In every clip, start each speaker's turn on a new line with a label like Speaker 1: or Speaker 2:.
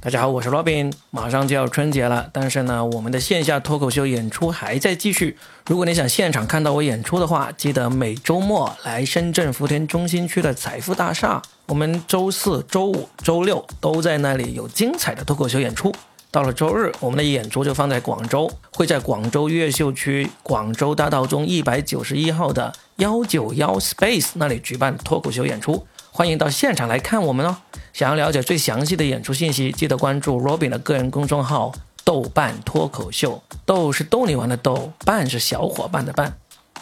Speaker 1: 大家好，我是 Robin。马上就要春节了，但是呢，我们的线下脱口秀演出还在继续。如果你想现场看到我演出的话，记得每周末来深圳福田中心区的财富大厦。我们周四周五、周六都在那里有精彩的脱口秀演出。到了周日，我们的演出就放在广州，会在广州越秀区广州大道中一百九十一号的幺九幺 Space 那里举办脱口秀演出，欢迎到现场来看我们哦。想要了解最详细的演出信息，记得关注 Robin 的个人公众号“豆瓣脱口秀”，豆是逗你玩的豆，瓣是小伙伴的伴。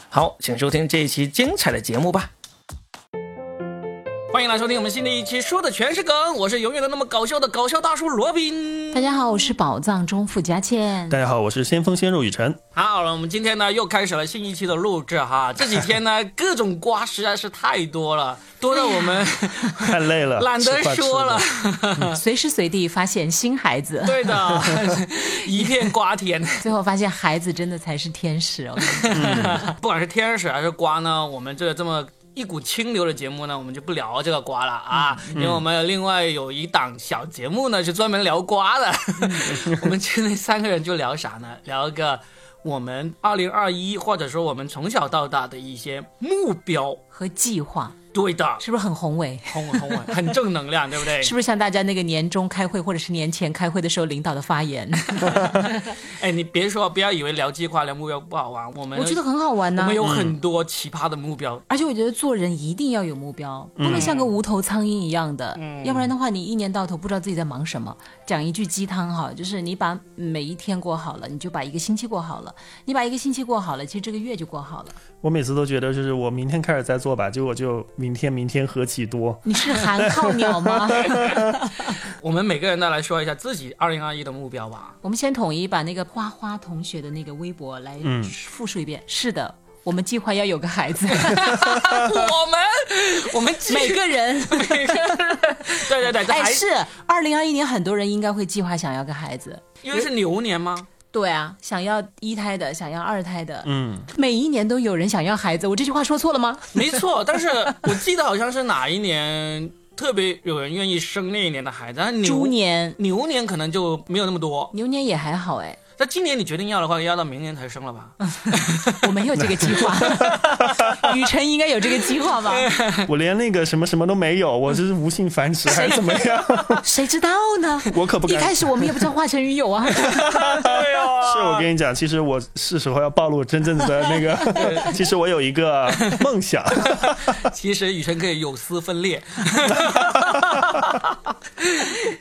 Speaker 1: 好，请收听这一期精彩的节目吧。欢迎来收听我们新的一期，说的全是梗，我是永远都那么搞笑的搞笑大叔罗宾。
Speaker 2: 大家好，我是宝藏中富佳倩。
Speaker 3: 大家好，我是先锋鲜肉雨辰。
Speaker 1: 好了，我们今天呢又开始了新一期的录制哈。这几天呢各种瓜实在是太多了，多的我们
Speaker 3: 太累了，
Speaker 1: 懒得
Speaker 3: 吃饭吃
Speaker 1: 说了
Speaker 3: 的。
Speaker 2: 随时随地发现新孩子，
Speaker 1: 对的， 一片瓜田。
Speaker 2: 最后发现孩子真的才是天使哦。
Speaker 1: 不管是天使还是瓜呢，我们这这么。一股清流的节目呢，我们就不聊这个瓜了啊，因为我们另外有一档小节目呢，是专门聊瓜的。 我们今天三个人就聊啥呢？聊一个我们二零二一，或者说我们从小到大的一些目标。
Speaker 2: 和计划
Speaker 1: 对的，
Speaker 2: 是不是很宏伟？
Speaker 1: 宏伟宏伟， 很正能量，对 不对？
Speaker 2: 是不是像大家那个年终开会或者是年前开会的时候领导的发言？
Speaker 1: 哎，你别说，不要以为聊计划、聊目标不好玩，我们
Speaker 2: 我觉得很嗯好玩
Speaker 1: 我
Speaker 2: 呐、
Speaker 1: 们有很多奇葩的目标。
Speaker 2: 而且我觉得做人一定要有目标，
Speaker 1: 嗯
Speaker 2: 不能像个无头苍蝇一样的，要不然的话，你一年到头不知道自己在忙什么。讲一句鸡汤哈，就是你把每一天过好了，你就把一个星期过好了；你把一个星期过好了，其实这个月就过好了。
Speaker 3: 我每次都觉得，就是我明天开始再做吧，结果就明天明天何其多。
Speaker 2: 你是寒 号鸟吗？
Speaker 1: 我们每个人呢来说一下自己二零二一的目标吧。
Speaker 2: 我们先统一把那个花花同学的那个微博来复述一遍。是的，我们计划要有个孩子，
Speaker 1: 我们，我们
Speaker 2: 每个人。
Speaker 1: 每个人，对对对，这
Speaker 2: 哎，
Speaker 1: 还
Speaker 2: 是二零二一年，很多人应该会计划想要个孩子。
Speaker 1: 因为是牛年吗？
Speaker 2: 对啊，想要一胎的，想要二胎的，
Speaker 3: 嗯，
Speaker 2: 每一年都有人想要孩子。我这句话说错了吗？
Speaker 1: 没错，但是我记得好像是哪一年特别有人愿意生那一年的孩子，但是牛
Speaker 2: 猪年、
Speaker 1: 牛年可能就没有那么多。
Speaker 2: 牛年也还好哎，
Speaker 1: 那今年你决定要的话，要到明年才生了吧？
Speaker 2: 我没有这个计划。雨辰应该有这个计划吧？
Speaker 3: 我连那个什么什么都没有，我就是无性繁 殖还是怎么样？
Speaker 2: 谁知道呢？
Speaker 3: 我可不
Speaker 2: 一
Speaker 3: 敢。
Speaker 2: 开始我们也不知道华晨宇有啊。
Speaker 1: 对
Speaker 3: 是
Speaker 1: 哦，
Speaker 3: 我跟你讲，其实我是时候要暴露真正的那 个。其实我有一个梦想，
Speaker 1: 其实雨辰可以有丝分裂，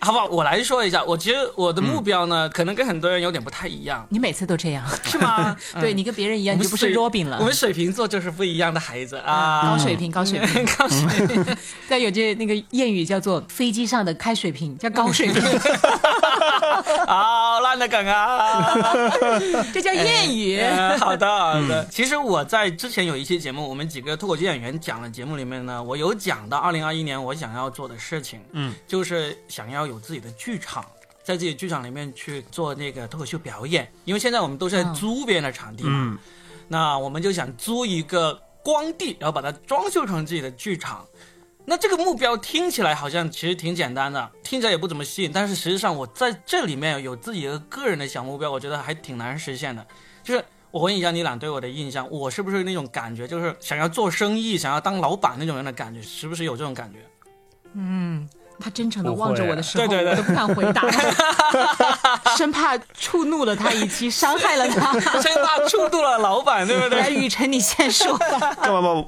Speaker 1: 好不好？我来说一下，我其实我的目标呢，可能跟很多人有点不太一样，
Speaker 2: 你每次都这样，
Speaker 1: 是 吗？
Speaker 2: 对你跟别人一样，
Speaker 1: 我
Speaker 2: 你
Speaker 1: 们
Speaker 2: 就不是
Speaker 1: 水
Speaker 2: Robin 了。
Speaker 1: 嗯
Speaker 2: 嗯
Speaker 1: 我们水瓶座就是不一样的孩子啊，
Speaker 2: 高水平，高水平。
Speaker 1: 高水平。
Speaker 2: 但有句那个谚语叫做“飞机上的开水瓶”，叫高水 平，
Speaker 1: 好烂的梗啊！
Speaker 2: 这叫谚 语。
Speaker 1: 呃好的，好
Speaker 3: 嗯
Speaker 1: 的。其实我在之前有一期节目，我们几个脱口秀演员讲的节目里面呢，我有讲到二零二一年我想要做的事情，
Speaker 3: 嗯，
Speaker 1: 就是想要有自己的剧场。在自己剧场里面去做那个脱口秀表演，因为现在我们都是在
Speaker 2: 嗯
Speaker 1: 租别人的场地嘛，
Speaker 3: 嗯，
Speaker 1: 那我们就想租一个光地，然后把它装修成自己的剧场。那这个目标听起来好像其实挺简单的，听起来也不怎么吸引，但是实际上我在这里面有自己的个人的小目标，我觉得还挺难实现的。就是我问一下你俩对我的印象，我是不是那种感觉，就是想要做生意、想要当老板那种人的感觉，是不是有这种感 觉？
Speaker 2: 他真诚的望着我的时候，
Speaker 1: 不会啊
Speaker 2: 我都不敢回答， 生怕触怒了他，以及伤害了他。
Speaker 1: 生怕触怒了老板，对不
Speaker 2: 来，
Speaker 1: 对？
Speaker 2: 雨辰，你先说吧。
Speaker 3: 干嘛嘛？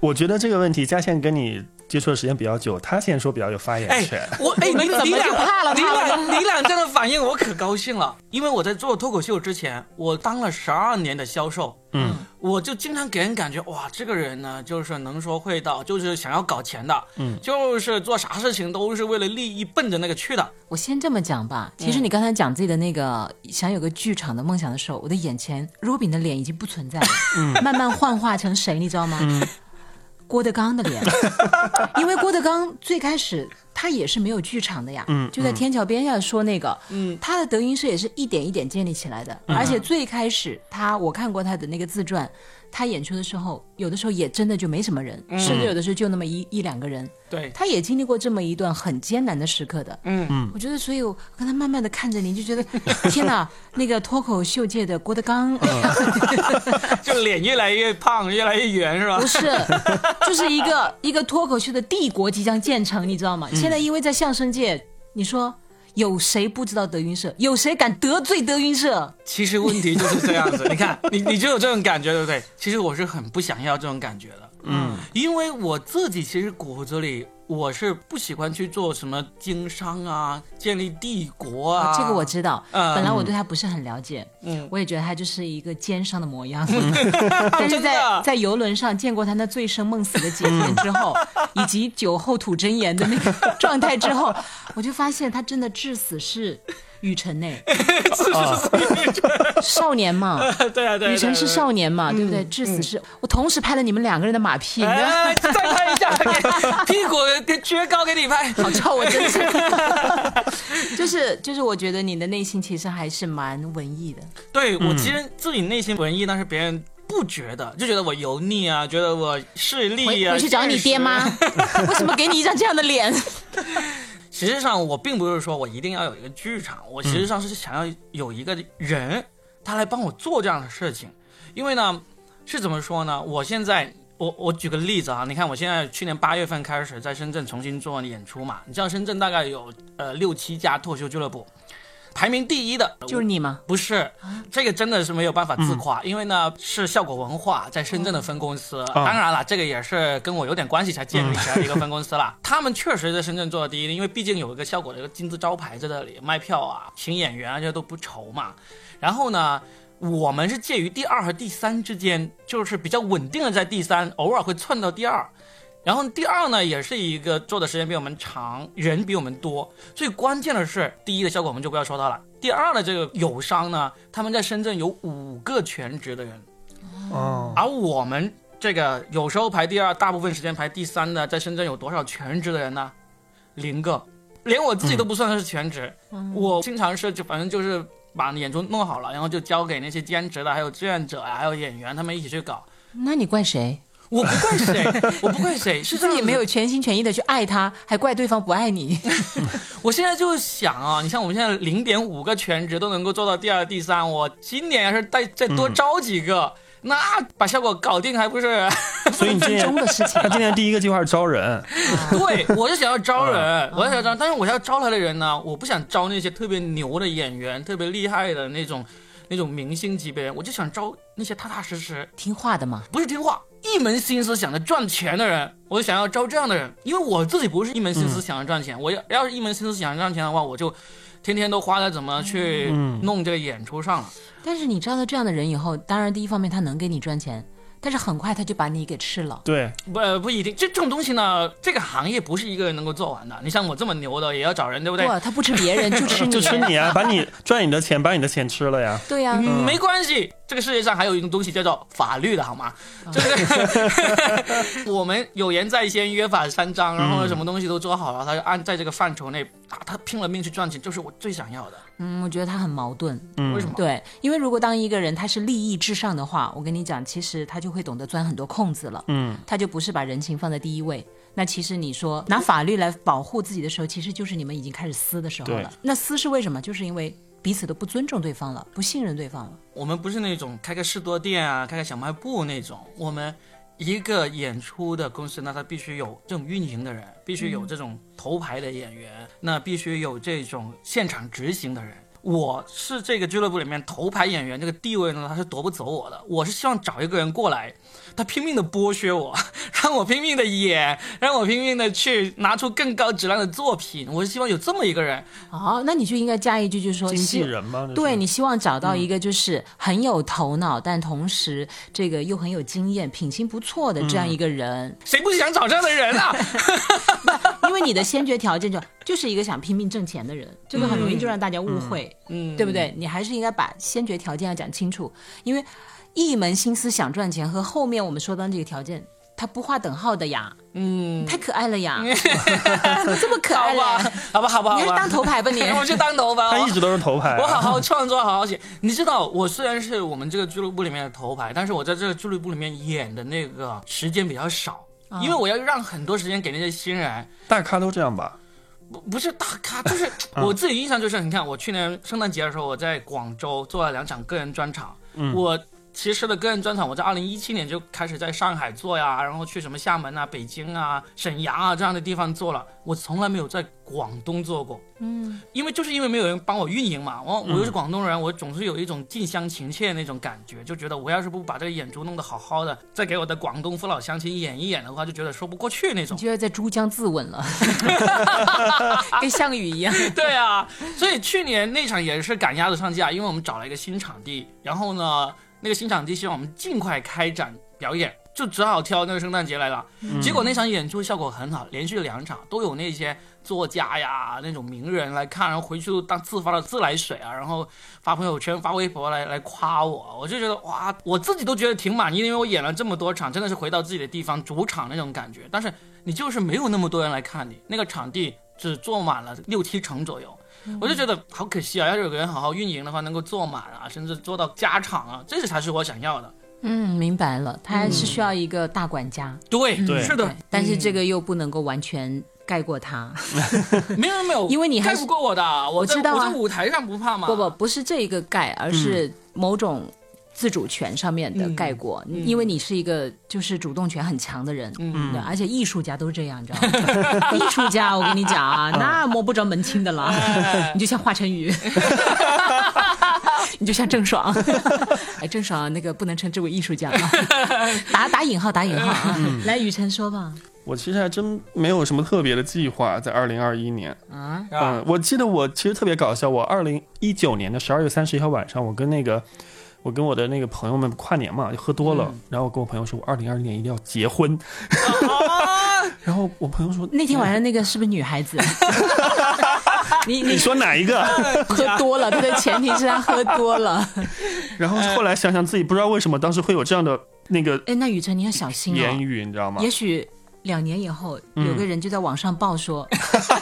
Speaker 3: 我觉得这个问题，佳倩跟你接触的时间比较久，她现在说比较有发言
Speaker 1: 哎
Speaker 3: 权。，
Speaker 1: 我哎，你
Speaker 2: 怎么
Speaker 1: 你俩
Speaker 2: 就怕了
Speaker 1: 你
Speaker 2: 他了
Speaker 1: 俩你俩这样的反应，我可高兴了，因为我在做脱口秀之前，我当了十二年的销售，
Speaker 3: 嗯，
Speaker 1: 我就经常给人感觉哇，这个人呢，就是能说会道，就是想要搞钱的，嗯，就是做啥事情都是为了利益奔着那个去的，
Speaker 2: 我先这么讲吧。其实你刚才讲自己的那个想有个剧场的梦想的时候，我的眼前 Robin 的脸已经不存在了，慢慢幻化成谁，你知道吗？郭德纲的脸，因为郭德纲最开始他也是没有剧场的呀，就在天桥边上说那个，他的德云社也是一点一点建立起来的，而且最开始他我看过他的那个自传，他演出的时候，有的时候也真的就没什么人，
Speaker 1: 嗯
Speaker 2: 甚至有的时候就那么一一两个人。
Speaker 1: 对，
Speaker 2: 他也经历过这么一段很艰难的时刻的。
Speaker 1: 嗯
Speaker 3: 嗯
Speaker 2: 我觉得，所以我刚才慢慢的看着你，就觉得 天哪，那个脱口秀界的郭德纲
Speaker 1: 就脸越来越胖，越来越圆，是吧
Speaker 2: 不？是，就是一个一个脱口秀的帝国即将建成，你知道吗？现在因为在相声界，你说有谁不知道德云社？有谁敢得罪德云社？
Speaker 1: 其实问题就是这 样子，你看，你你就有这种感觉，对不对？其实我是很不想要这种感觉的，
Speaker 3: 嗯
Speaker 1: 因为我自己其实骨子里我是不喜欢去做什么经商啊，建立帝国啊，
Speaker 2: 哦这个我知道，
Speaker 1: 嗯
Speaker 2: 本来我对他不是很了解，
Speaker 1: 嗯
Speaker 2: 我也觉得他就是一个奸商的模样， 但是
Speaker 1: 真的
Speaker 2: 在
Speaker 1: 嗯
Speaker 2: 在游轮上见过他那醉生梦死的解片之后，以及酒后吐真言的那 个状态之后，我就发现他真的至死是雨辰 呢，哦少年嘛，
Speaker 1: 对 啊对啊，嗯
Speaker 2: 雨辰是少年嘛，对不对？至死是我同时拍了你们两个人的马屁，你知道吗
Speaker 1: 哎，再拍一 下，给屁股给撅高给你拍，
Speaker 2: 好臭，我 真是，就是就是，我觉得你的内心其实还是蛮文艺的，
Speaker 1: 对
Speaker 2: 嗯
Speaker 1: 我其实自己内心文艺，但是别人不觉得，就觉得我油腻啊，觉得我势利
Speaker 2: 回
Speaker 1: 啊。
Speaker 2: 回去找你爹妈
Speaker 1: 现 实。，
Speaker 2: 为什么给你一张这样的脸？
Speaker 1: 实际上，我并不是说我一定要有一个剧场，我实际上是想要有一个人，他来帮我做这样的事情。因为呢，是怎么说呢？我现在，我我举个例子啊，你看我现在去年八月份开始在深圳重新做演出嘛，你知道深圳大概有呃六七家脱口秀俱乐部，排名第一的
Speaker 2: 就是你吗？
Speaker 1: 不是，这个真的是没有办法自夸，因为呢是效果文化在深圳的分公司。当然了，这个也是跟我有点关系才建立起来的一个分公司啦。 他们确实在深圳做的第一，因为毕竟有一个效果的一个金字招牌在这里，卖票啊、请演员啊这些都不愁嘛。然后呢，我们是介于第二和第三之间，就是比较稳定的在第三，偶尔会窜到第二。然后第二呢，也是一个做的时间比我们长，人比我们多。最关键的是，第一的效果我们就不要说它了。第二的这个友商呢，他们在深圳有五个全职的人，
Speaker 3: 哦
Speaker 1: 而我们这个有时候排第二，大部分时间排第三的，在深圳有多少全职的人呢？零个，连我自己都不算是全职。
Speaker 2: 嗯
Speaker 1: 我经常是就反正就是把演出弄好了，然后就交给那些兼职的，还有志愿者啊，还有演员他们一起去搞。
Speaker 2: 那你怪谁？
Speaker 1: 我不怪谁，我不怪谁，是这
Speaker 2: 自
Speaker 1: 样
Speaker 2: 己
Speaker 1: 子
Speaker 2: 没有全心全意的去爱他，还怪对方不爱你。
Speaker 1: 我现在就想啊，你像我们现在零点五个全职都能够做到第二、第三，我今年要是再再多招几个，那把效果搞定还不是？
Speaker 3: 所以你今
Speaker 2: 分钟
Speaker 3: 年
Speaker 2: 的事情啊
Speaker 3: 他今年第一个计划是招人，
Speaker 1: 对，我就想要招人，我就想要招，但是我要招来的人呢，我不想招那些特别牛的演员、特别厉害的那种那种明星级别人，我就想招那些踏踏实实、
Speaker 2: 听话的嘛，
Speaker 1: 不是听话，一门心思想着赚钱的人，我想要招这样的人，因为我自己不是一门心思想着赚钱，我要要是一门心思想着赚钱的话，我就天天都花在怎么去弄这个演出上了。
Speaker 2: 但是你招到这样的人以后，当然第一方面他能给你赚钱，但是很快他就把你给吃了。
Speaker 3: 对，
Speaker 1: 不、呃、不一定，这这种东西呢，这个行业不是一个人能够做完的。你像我这么牛的，也要找人，对不对？
Speaker 2: 哇，他不吃别人 就吃你，
Speaker 3: 就吃你啊，把你赚你的钱，把你的钱吃了呀。
Speaker 2: 对呀、
Speaker 1: 嗯没关系，这个世界上还有一种东西叫做法律的，好吗？对不 对？我们有言在先，约法三章，然后什么东西都做好了，他就按在这个范畴内啊，他拼了命去赚钱，就是我最想要的。
Speaker 2: 嗯，我觉得他很矛盾。
Speaker 1: 为什么？
Speaker 2: 对，因为如果当一个人他是利益至上的话，我跟你讲，其实他就会懂得钻很多空子了。
Speaker 3: 嗯，
Speaker 2: 他就不是把人情放在第一位。那其实你说拿法律来保护自己的时候，其实就是你们已经开始撕的时候
Speaker 3: 对
Speaker 2: 了。那撕是为什么？就是因为彼此都不尊重对方了，不信任对方了。
Speaker 1: 我们不是那种开个士多店啊，开个小卖部那种，我们一个演出的公司，那它必须有这种运营的人，必须有这种头牌的演员，那必须有这种现场执行的人。我是这个俱乐部里面头牌演员，这个地位呢，他是夺不走我的。我是希望找一个人过来，他拼命的剥削我，让我拼命的演，让我拼命的去拿出更高质量的作品。我是希望有这么一个人，啊
Speaker 2: 哦，那你就应该加一句，就是说
Speaker 3: 经纪
Speaker 2: 希
Speaker 3: 人吗？这
Speaker 2: 对
Speaker 3: 是嗯
Speaker 2: 你希望找到一个就是很有头脑，但同时这个又很有经验、品行不错的
Speaker 3: 嗯
Speaker 2: 这样一个人，
Speaker 1: 谁不想找这样的人啊？
Speaker 2: 因为你的先决条件就就是一个想拼命挣钱的人，这个很容易就让大家误会。
Speaker 1: 嗯，
Speaker 2: 对不对？你还是应该把先决条件要讲清楚，因为一门心思想赚钱和后面我们说到那几个条件他不画等号的呀，
Speaker 1: 嗯，
Speaker 2: 太可爱了 呀，你这么可爱
Speaker 1: 好吧
Speaker 2: 嘞，，
Speaker 1: 好吧，好吧，
Speaker 2: 你还
Speaker 1: 好
Speaker 2: 是当
Speaker 1: 吧，
Speaker 2: 头牌吧你。
Speaker 1: 我去当头吧，
Speaker 3: 他
Speaker 1: 我
Speaker 3: 一直都是头牌
Speaker 1: 我好
Speaker 3: 啊，
Speaker 1: 好创作，好好写。你知道，我虽然是我们这个俱乐部里面的头牌，但是我在这个俱乐部里面演的那个时间比较少，
Speaker 2: 啊
Speaker 1: 因为我要让很多时间给那些新人。
Speaker 3: 大咖都这样吧？
Speaker 1: 不不是大咖，就是我自己印象就是，你看我去年圣诞节的时候，我在广州做了两场个人专场。我其实的个人专场，我在二零一七年就开始在上海做呀，然后去什么厦门啊、北京啊、沈阳啊这样的地方做了，我从来没有在广东做过。
Speaker 2: 嗯，
Speaker 1: 因为就是因为没有人帮我运营嘛，我我又是广东人，我总是有一种近乡情怯那种感觉，就觉得我要是不把这个演出弄得好好的，再给我的广东父老乡亲演一演的话，就觉得说不过去那
Speaker 2: 你
Speaker 1: 种。
Speaker 2: 就要在珠江自刎 了，跟项羽一样。
Speaker 1: 对啊，所以去年那场也是赶鸭子上架，因为我们找了一个新场地，然后呢，那个新场地希望我们尽快开展表演，就只好挑那个圣诞节来了。结果那场演出效果很好，连续两场都有那些作家呀、那种名人来看，然后回去都当自发的自来水啊，然后发朋友圈、发微博来来夸我，我就觉得哇，我自己都觉得挺满意，因为我演了这么多场，真的是回到自己的地方主场那种感觉。但是你就是没有那么多人来看你，那个场地只坐满了六七成左右。
Speaker 2: 嗯
Speaker 1: 我就觉得好可惜啊！要是有个人好好运营的话，能够坐满啊，甚至做到加场啊，这才是我想要的。
Speaker 2: 嗯，明白了，他还是需要一个大管家。
Speaker 1: 嗯对，
Speaker 3: 对
Speaker 1: 是的
Speaker 2: 嗯
Speaker 1: 嗯
Speaker 2: 对，但是这个又不能够完全盖过他。
Speaker 1: 没有没有，
Speaker 2: 因为你还
Speaker 1: 盖
Speaker 2: 是
Speaker 1: 不过我的，我在
Speaker 2: 知道啊啊
Speaker 1: 我在舞台上不怕嘛。
Speaker 2: 不不，不是这一个盖，而是某种自主权上面的盖过，因为你是一个就是主动权很强的人，嗯，而且艺术家都是这样，你知道吗？ 艺术家，我跟你讲啊，那摸不着门清的了， 你就像华晨宇。你就像郑爽， 哎，郑爽那个不能称之为艺术家啊，打打引号，打引号啊！来，雨辰说吧，
Speaker 3: 我其实还真没有什么特别的计划，在二零二一年。
Speaker 2: 啊，
Speaker 1: 是吧
Speaker 3: 嗯，我记得我其实特别搞笑，我二零一九年的十二月三十一号晚上，我跟那个我跟我的那个朋友们跨年嘛，就喝多
Speaker 2: 嗯
Speaker 3: 了，然后我跟我朋友说，我二零二零年一定要结婚。
Speaker 2: 哦
Speaker 3: 然后我朋友说，
Speaker 2: 那天晚上那个是不是女孩子？ 你
Speaker 3: 你
Speaker 2: 你
Speaker 3: 说哪一个？
Speaker 2: 喝多了，这个前提是他喝多了。
Speaker 3: 然后后来想想自己不知道为什么当时会有这样的那个
Speaker 2: 哎，那雨辰你要小心
Speaker 3: 言
Speaker 2: 哦，
Speaker 3: 语，你知道吗嗯
Speaker 2: 也？许两年以后有个人就在网上报说，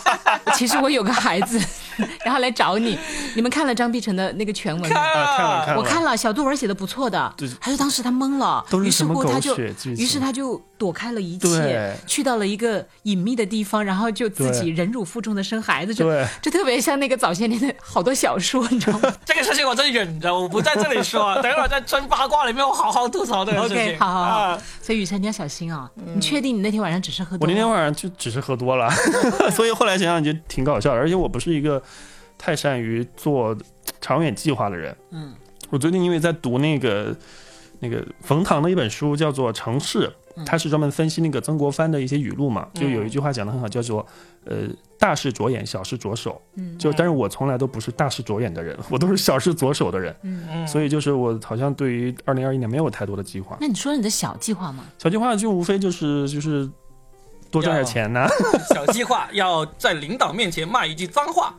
Speaker 2: 其实我有个孩子， 然后来找你。你们看了张碧晨的那个全文吗？
Speaker 3: 啊，看了看了，
Speaker 2: 我看了小作文写的不错的
Speaker 3: 对，
Speaker 2: 他说当时他懵了，
Speaker 3: 都是
Speaker 2: 于是
Speaker 3: 什么
Speaker 2: 乎他
Speaker 3: 狗
Speaker 2: 就，
Speaker 3: 血剧情
Speaker 2: 于是他就躲开了一切
Speaker 3: 对，
Speaker 2: 去到了一个隐秘的地方，然后就自己
Speaker 3: 对
Speaker 2: 忍辱负重的生孩子，就
Speaker 3: 对
Speaker 2: 就特别像那个早些年的好多小说，你知道吗
Speaker 1: 这个事情我真忍着，我不在这里说，等一会儿在真八卦里面我好好吐槽这个事情。
Speaker 2: ？OK，好好好
Speaker 1: 啊，，
Speaker 2: 所以雨辰你要小心啊，你确定你那天晚上只是喝
Speaker 3: 嗯
Speaker 2: 多
Speaker 3: 我那天
Speaker 2: 了？
Speaker 3: 晚上就只是喝多了， 所以后来想想就挺搞笑的。而且我不是一个太善于做长远计划的人。嗯，我最近因为在读那个那个冯唐的一本书，叫做《城市》，
Speaker 2: 嗯
Speaker 3: 它是专门分析那个曾国藩的一些语录嘛。就有一句话讲得很好，叫做呃。大事着眼，小事着手。嗯，就但是我从来都不是大事着眼的人，我都是小事着手的人。嗯，所以就是我好像对于二零二一年没有太多的计划。
Speaker 2: 那你说你的小计划吗？
Speaker 3: 小计划就无非就是就是多赚
Speaker 2: 啊
Speaker 3: 点钱呐、
Speaker 1: 小计划要在领导面前骂一句脏 话，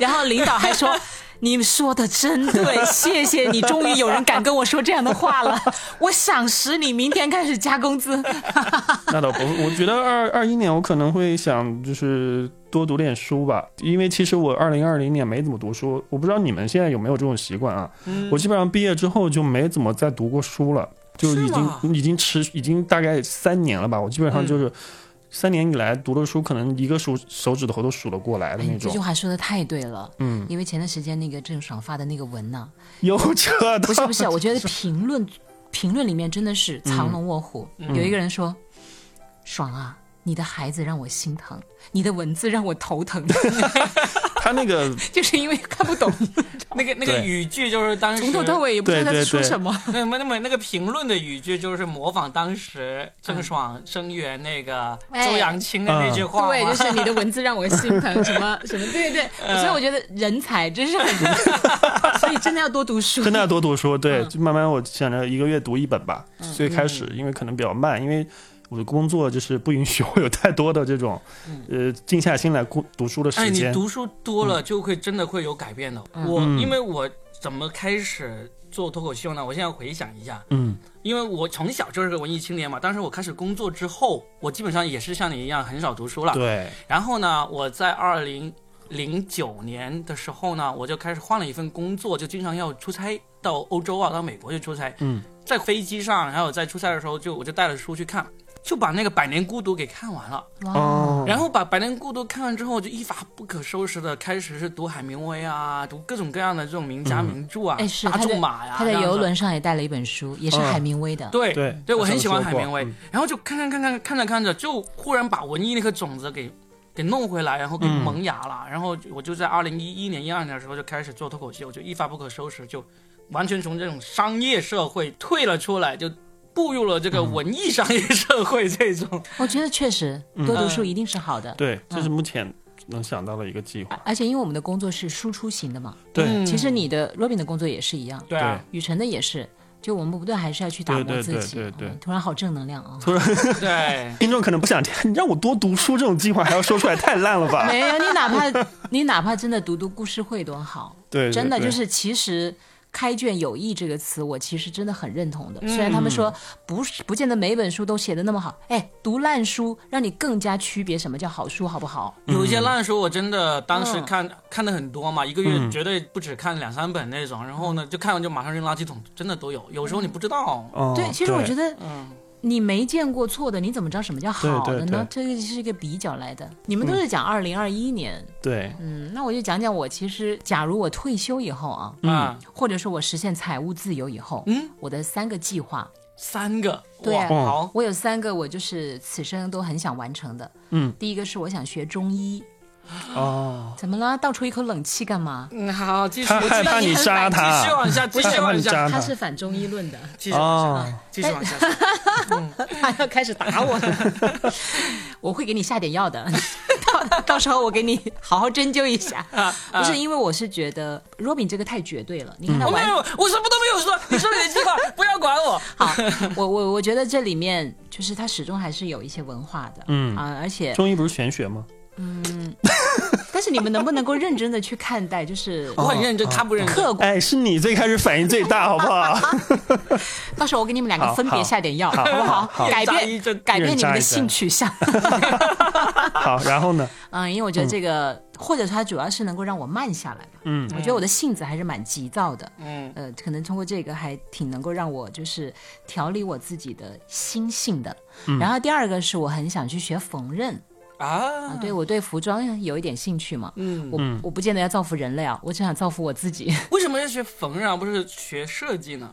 Speaker 2: 然后领导还说。你说的真对，谢谢你，终于有人敢跟我说这样的话了。我赏识你，明天开始加工资。
Speaker 3: 那倒不，我觉得二二一年我可能会想就是多读点书吧，因为其实我二零二零年没怎么读书，我不知道你们现在有没有这种习惯啊？
Speaker 2: 嗯
Speaker 3: 我基本上毕业之后就没怎么再读过书了，就是已经
Speaker 1: 吗
Speaker 3: 已经持已经大概三年了吧，我基本
Speaker 2: 嗯
Speaker 3: 上就是。三年以来读的书，可能一个数手指头都数得过来的
Speaker 2: 哎，
Speaker 3: 那
Speaker 2: 你这
Speaker 3: 种
Speaker 2: 句，话说的太对了，
Speaker 3: 嗯，
Speaker 2: 因为前段时间那个郑爽发的那个文呢、
Speaker 3: 有这
Speaker 2: 不是
Speaker 3: 的，
Speaker 2: 不是，我觉得评论评论里面真的是
Speaker 3: 嗯
Speaker 2: 藏龙卧虎。有一个人说：“爽啊，你的孩子让我心疼，你的文字让我头疼，
Speaker 3: 他那个
Speaker 2: 就是因为看不懂，
Speaker 1: 那个那个
Speaker 3: 对
Speaker 1: 语句就是当时
Speaker 2: 从头到尾也不知道他在
Speaker 3: 对对
Speaker 2: 说
Speaker 3: 对
Speaker 2: 什么。
Speaker 1: 那么那么那个评论的语句就是模仿当时
Speaker 2: 嗯
Speaker 1: 郑爽声援那个
Speaker 2: 哎
Speaker 1: 周扬青的那句话嘛
Speaker 2: 对，就是你的文字让我心 疼，什么什么，对对
Speaker 3: 嗯
Speaker 2: 对，所以我觉得人才真是 很，所以真的要多读书，
Speaker 3: 真的要多读书，对，就慢慢我想着一个月读一本吧。最开始因为可能比较慢，因为我的工作就是不允许 我有太多的这种，呃，静下心来读读书的
Speaker 1: 哎，
Speaker 3: 时
Speaker 1: 你
Speaker 2: 嗯
Speaker 3: 间。
Speaker 1: 读书多了就会真的会有改变的。我因为我怎么开始做脱口秀呢？我现在回想一下，
Speaker 3: 嗯
Speaker 1: 因为我从小就是个文艺青年嘛。当时我开始工作之后，我基本上也是像你一样很少读书了。
Speaker 3: 对，
Speaker 1: 然后呢，我在二零零九年的时候呢，我就开始换了一份工作，就经常要出差到欧洲啊，到美国去出差。
Speaker 3: 嗯，
Speaker 1: 在飞机上，还有在出差的时候就，我就带了书去看，就把那个《百年孤独》给看完了。
Speaker 2: 哇，
Speaker 3: 哦，
Speaker 1: 然后把《百年孤独》看完之后，就一发不可收拾的开始是读海明威啊，读各种各样的这种名家
Speaker 3: 嗯
Speaker 1: 名著啊，
Speaker 2: 哎是
Speaker 1: 大
Speaker 2: 他的
Speaker 1: 仲马呀、
Speaker 2: 他在
Speaker 1: 这样
Speaker 2: 游
Speaker 1: 子
Speaker 2: 轮上也带了一本书，也是
Speaker 3: 嗯
Speaker 2: 海明威的。
Speaker 1: 对
Speaker 3: 对
Speaker 1: 对，我很喜欢海明
Speaker 3: 他
Speaker 1: 威。
Speaker 3: 上次说过嗯
Speaker 1: 然后就看看看看看着看着，就忽然把文艺那颗种子给给弄回来，然后给
Speaker 3: 嗯
Speaker 1: 萌芽了。然后我就在二零一一年、一二年的时候就开始做脱口秀，就一发不可收拾，就完全从这种商业社会退了出来，就步入了这个文艺商业社会这种。
Speaker 2: 我觉得确实
Speaker 3: 嗯
Speaker 2: 多读书一定是好的，
Speaker 3: 对，这是目前能想到的一个计划。
Speaker 2: 而且因为我们的工作是输出型的嘛，
Speaker 3: 对
Speaker 1: 嗯
Speaker 2: 其实你的 Robin 的工作也是一样，
Speaker 1: 对啊，
Speaker 2: 雨辰的也是，就我们不断还是要去打磨
Speaker 3: 对对
Speaker 2: 自
Speaker 3: 对
Speaker 2: 己。
Speaker 3: 对对
Speaker 2: 嗯突然好正能量啊！
Speaker 1: 对。
Speaker 3: 听众可能不想听， 你让我多读书这种计划还要说出来，太烂了吧？
Speaker 2: 没有，你哪怕你哪怕真的读读故事会多好，
Speaker 3: 对，对
Speaker 2: 真的
Speaker 3: 对
Speaker 2: 就是其实。开卷有益这个词，我其实真的很认同的。
Speaker 3: 嗯
Speaker 2: 虽然他们说不是不见得每本书都写的那么好，哎，读烂书让你更加区别什么叫好书，好不好？
Speaker 1: 有一些烂书，我真的当时
Speaker 2: 嗯
Speaker 1: 看、看的很多嘛，一个月
Speaker 3: 嗯
Speaker 1: 绝对不止看两三本那种，然后呢，就看完就马上扔垃圾桶，真的都有。有时候你不知道，
Speaker 3: 哦
Speaker 2: 对，其实我觉
Speaker 3: 得
Speaker 2: 得
Speaker 1: 嗯，
Speaker 2: 你没见过错的，你怎么知道什么叫好的呢？这个是一个比较来的。你
Speaker 3: 嗯
Speaker 2: 们都是讲二零二一年，
Speaker 3: 对，
Speaker 2: 嗯，那我就讲讲我其实，假如我退休以后啊，
Speaker 1: 啊，
Speaker 2: 或者说我实现财务自由以后，
Speaker 1: 嗯，
Speaker 2: 我的三个计划，
Speaker 1: 三个，
Speaker 2: 对
Speaker 1: 哇
Speaker 3: 嗯
Speaker 1: 好，
Speaker 2: 我有三个我就是此生都很想完成的。
Speaker 3: 嗯，
Speaker 2: 第一个是我想学中医，
Speaker 3: 哦，
Speaker 2: 怎么了？倒抽一口冷气干嘛？
Speaker 1: 嗯，好，继续，
Speaker 3: 他
Speaker 1: 我
Speaker 3: 害
Speaker 1: 知道
Speaker 3: 怕
Speaker 1: 你
Speaker 3: 你
Speaker 1: 很
Speaker 3: 杀
Speaker 1: 懒
Speaker 3: 他
Speaker 1: 继续往下，继续往下，
Speaker 3: 渣
Speaker 2: 他
Speaker 3: 男
Speaker 2: 是反中医论的，
Speaker 1: 继续往下，
Speaker 3: 哦
Speaker 1: 继续往下，
Speaker 2: 他要开始打我了。 我会给你下点药的， 到到时候我给你好好针灸一下。
Speaker 3: 啊
Speaker 2: 不是因为我是觉得 Robin 这个太绝对了，你
Speaker 3: 嗯
Speaker 2: 看他
Speaker 1: 我没
Speaker 2: 完
Speaker 3: 哦
Speaker 1: 有，我什么都没有说，你说你的 计划，不要管我，
Speaker 2: 好，我我我觉得这里面就是他始终还是有一些文化的，
Speaker 3: 嗯
Speaker 2: 啊，而且
Speaker 3: 中医不是玄学吗？
Speaker 2: 但是你们能不能够认真的去看待，就是
Speaker 3: 哦
Speaker 1: 我很认真，他不认真，
Speaker 2: 客观？
Speaker 3: 哎，是你最开始反应最大，好不好？
Speaker 2: 到时候我给你们两个
Speaker 3: 好
Speaker 2: 分别
Speaker 3: 好
Speaker 2: 下点药，好不好？
Speaker 3: 好
Speaker 2: 改
Speaker 1: 一人扎一针
Speaker 2: 变改
Speaker 3: 一
Speaker 2: 变
Speaker 3: 人
Speaker 2: 你
Speaker 3: 扎
Speaker 2: 们的
Speaker 3: 一
Speaker 2: 性
Speaker 3: 针
Speaker 2: 取 向，
Speaker 3: 好，然后呢？
Speaker 2: 嗯，因为我觉得这个，或者说它主要是能够让我慢下来吧。
Speaker 3: 嗯
Speaker 2: 我觉得我的性子还是蛮急躁的，
Speaker 1: 嗯，
Speaker 2: 呃，可能通过这个还挺能够让我就是调理我自己的心性的。
Speaker 1: 嗯
Speaker 2: 然后第二个是我很想去学缝纫啊，
Speaker 1: 啊，
Speaker 2: 对我对服装有一点兴趣嘛，
Speaker 1: 嗯，
Speaker 2: 我我不见得要造福人类啊，我只想造福我自己，
Speaker 1: 为什么要学缝纫啊，不是学设计呢？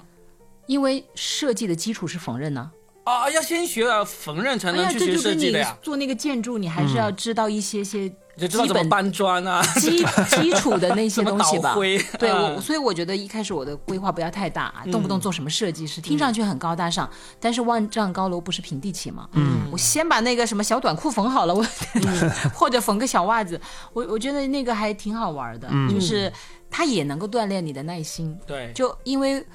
Speaker 2: 因为设计的基础是缝纫呢、
Speaker 1: 啊，要先学啊缝纫才
Speaker 2: 哎
Speaker 1: 能
Speaker 2: 呀，
Speaker 1: 去
Speaker 2: 这
Speaker 1: 学
Speaker 2: 就
Speaker 1: 设
Speaker 2: 跟
Speaker 1: 计
Speaker 2: 你
Speaker 1: 的呀，嗯
Speaker 2: 做那个建筑，你还是要知道一些些
Speaker 1: 你就知道
Speaker 2: 基
Speaker 1: 怎么
Speaker 2: 本
Speaker 1: 搬砖啊，
Speaker 2: 基基础的那些
Speaker 1: 怎么
Speaker 2: 东
Speaker 1: 倒
Speaker 2: 西吧。
Speaker 1: 灰，
Speaker 2: 对
Speaker 1: 嗯
Speaker 2: 我，所以我觉得一开始我的规划不要太大啊，动不动做什么设计师，听上去很高大
Speaker 1: 嗯
Speaker 2: 上，但是万丈高楼不是平地起嘛。嗯，我先把那个什么小短裤缝好了，我
Speaker 1: 嗯
Speaker 2: 或者缝个小袜子，我我觉得那个还挺好玩的，
Speaker 1: 嗯
Speaker 2: 就是它也能够锻炼你的耐心。
Speaker 1: 对，
Speaker 2: 就因为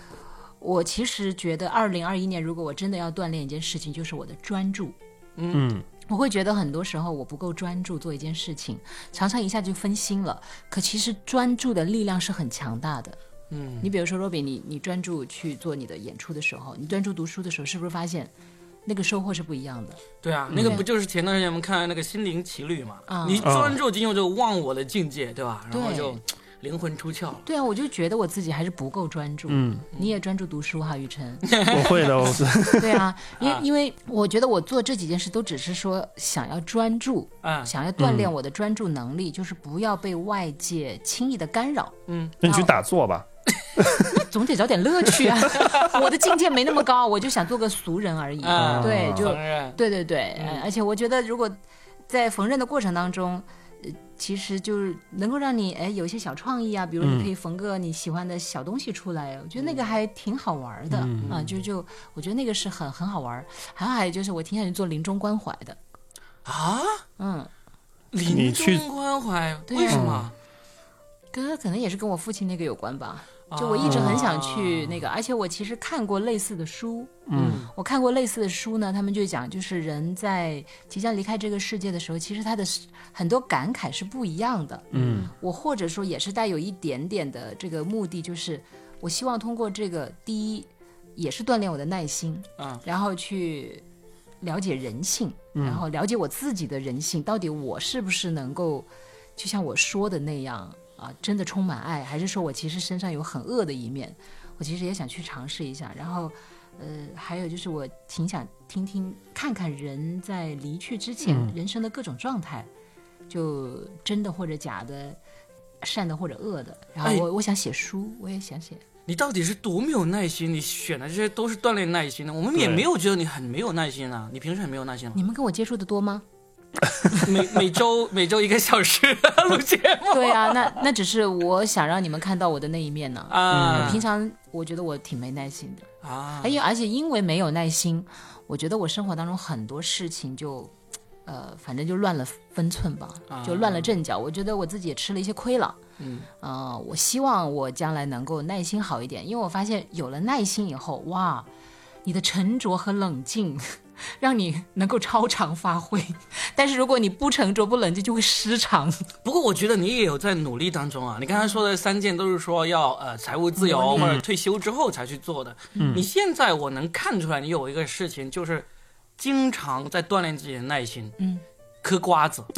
Speaker 2: 我其实觉得，二零二一年如果我真的要锻炼一件事情，就是我的专注。
Speaker 3: 嗯，
Speaker 2: 我会觉得很多时候我不够专注做一件事情，常常一下就分心了。可其实专注的力量是很强大的。
Speaker 1: 嗯，
Speaker 2: 你比如说，若比，你你专注去做你的演出的时候，你专注读书的时候，是不是发现那个收获是不一样的？
Speaker 1: 对啊，那个不就是前段时间我们看那个《心灵奇旅》嘛？
Speaker 2: 啊
Speaker 1: 你专注进入这个忘我的境界，嗯对吧？然后
Speaker 2: 对
Speaker 1: 就灵魂出窍了。
Speaker 2: 对啊，我就觉得我自己还是不够专注。
Speaker 3: 嗯，
Speaker 2: 你也专注读书哈，雨辰。
Speaker 3: 我会的，我是
Speaker 2: 对啊，因为因为我觉得我做这几件事都只是说想要专注，
Speaker 1: 嗯
Speaker 2: 想要锻炼我的专注能力，就是不要被外界轻易的干扰，
Speaker 3: 那你去打坐吧。
Speaker 2: 总得找点乐趣啊。 我的境界没那么高，我就想做个俗人而已。
Speaker 1: 啊，
Speaker 2: 对，就
Speaker 1: 承认
Speaker 2: 对对对，呃而且我觉得如果在缝纫的过程当中。呃，其实就是能够让你哎有一些小创意啊，比如你可以缝个你喜欢的小东西出来，我觉得那个还挺好玩的啊，就就我觉得那个是很很好玩儿。还有还有就是我挺想去做临终关怀的，
Speaker 1: 啊，
Speaker 2: 嗯，
Speaker 1: 临
Speaker 3: 你去
Speaker 1: 终关怀，
Speaker 2: 对啊
Speaker 1: 为什么？
Speaker 2: 可可能也是跟我父亲那个有关吧。就我一直很想去
Speaker 1: 啊
Speaker 2: 那个，而且我其实看过类似的书，
Speaker 3: 嗯
Speaker 2: 我看过类似的书呢，他们就讲，就是人在即将离开这个世界的时候，其实他的很多感慨是不一样的。
Speaker 3: 嗯
Speaker 2: 我或者说也是带有一点点的这个目的，就是我希望通过这个，第一也是锻炼我的耐心，
Speaker 1: 啊，
Speaker 2: 然后去了解人性，然后了解我自己的人性，到底我是不是能够，就像我说的那样啊，真的充满爱，还是说我其实身上有很恶的一面？我其实也想去尝试一下。然后，呃，还有就是我挺想听听看看人在离去之前、
Speaker 3: 嗯
Speaker 2: 人生的各种状态，就真的或者假的。善的或者恶的，然后
Speaker 1: 哎
Speaker 2: 我、我想写书，我也想写，
Speaker 1: 你到底是多没有耐心？你选的这些都是锻炼耐心的，我们也
Speaker 3: 对
Speaker 1: 没有觉得你很没有耐心啊。你平时很没有耐心吗？
Speaker 2: 你们跟我接触的多吗？
Speaker 1: 每每周每周一个小时 录节目
Speaker 2: 对啊，那那只是我想让你们看到我的那一面呢。
Speaker 1: 啊
Speaker 3: 嗯
Speaker 2: 平常我觉得我挺没耐心的，
Speaker 1: 啊
Speaker 2: 哎！呀，而且因为没有耐心，我觉得我生活当中很多事情就，呃，反正就乱了分寸吧，就乱了阵脚。我觉得我自己也吃了一些亏了。
Speaker 1: 嗯，
Speaker 2: 呃，我希望我将来能够耐心好一点，因为我发现有了耐心以后，哇，你的沉着和冷静，让你能够超常发挥。但是如果你不沉着不冷静，就会失常。
Speaker 1: 不过我觉得你也有在努力当中啊。你刚才说的三件都是说要呃财务自由
Speaker 2: 嗯
Speaker 1: 或者退休之后才去做的。你现在我能看出来，你有一个事情就是经常在锻炼自己的耐心。
Speaker 2: 嗯，
Speaker 1: 嗑瓜 子。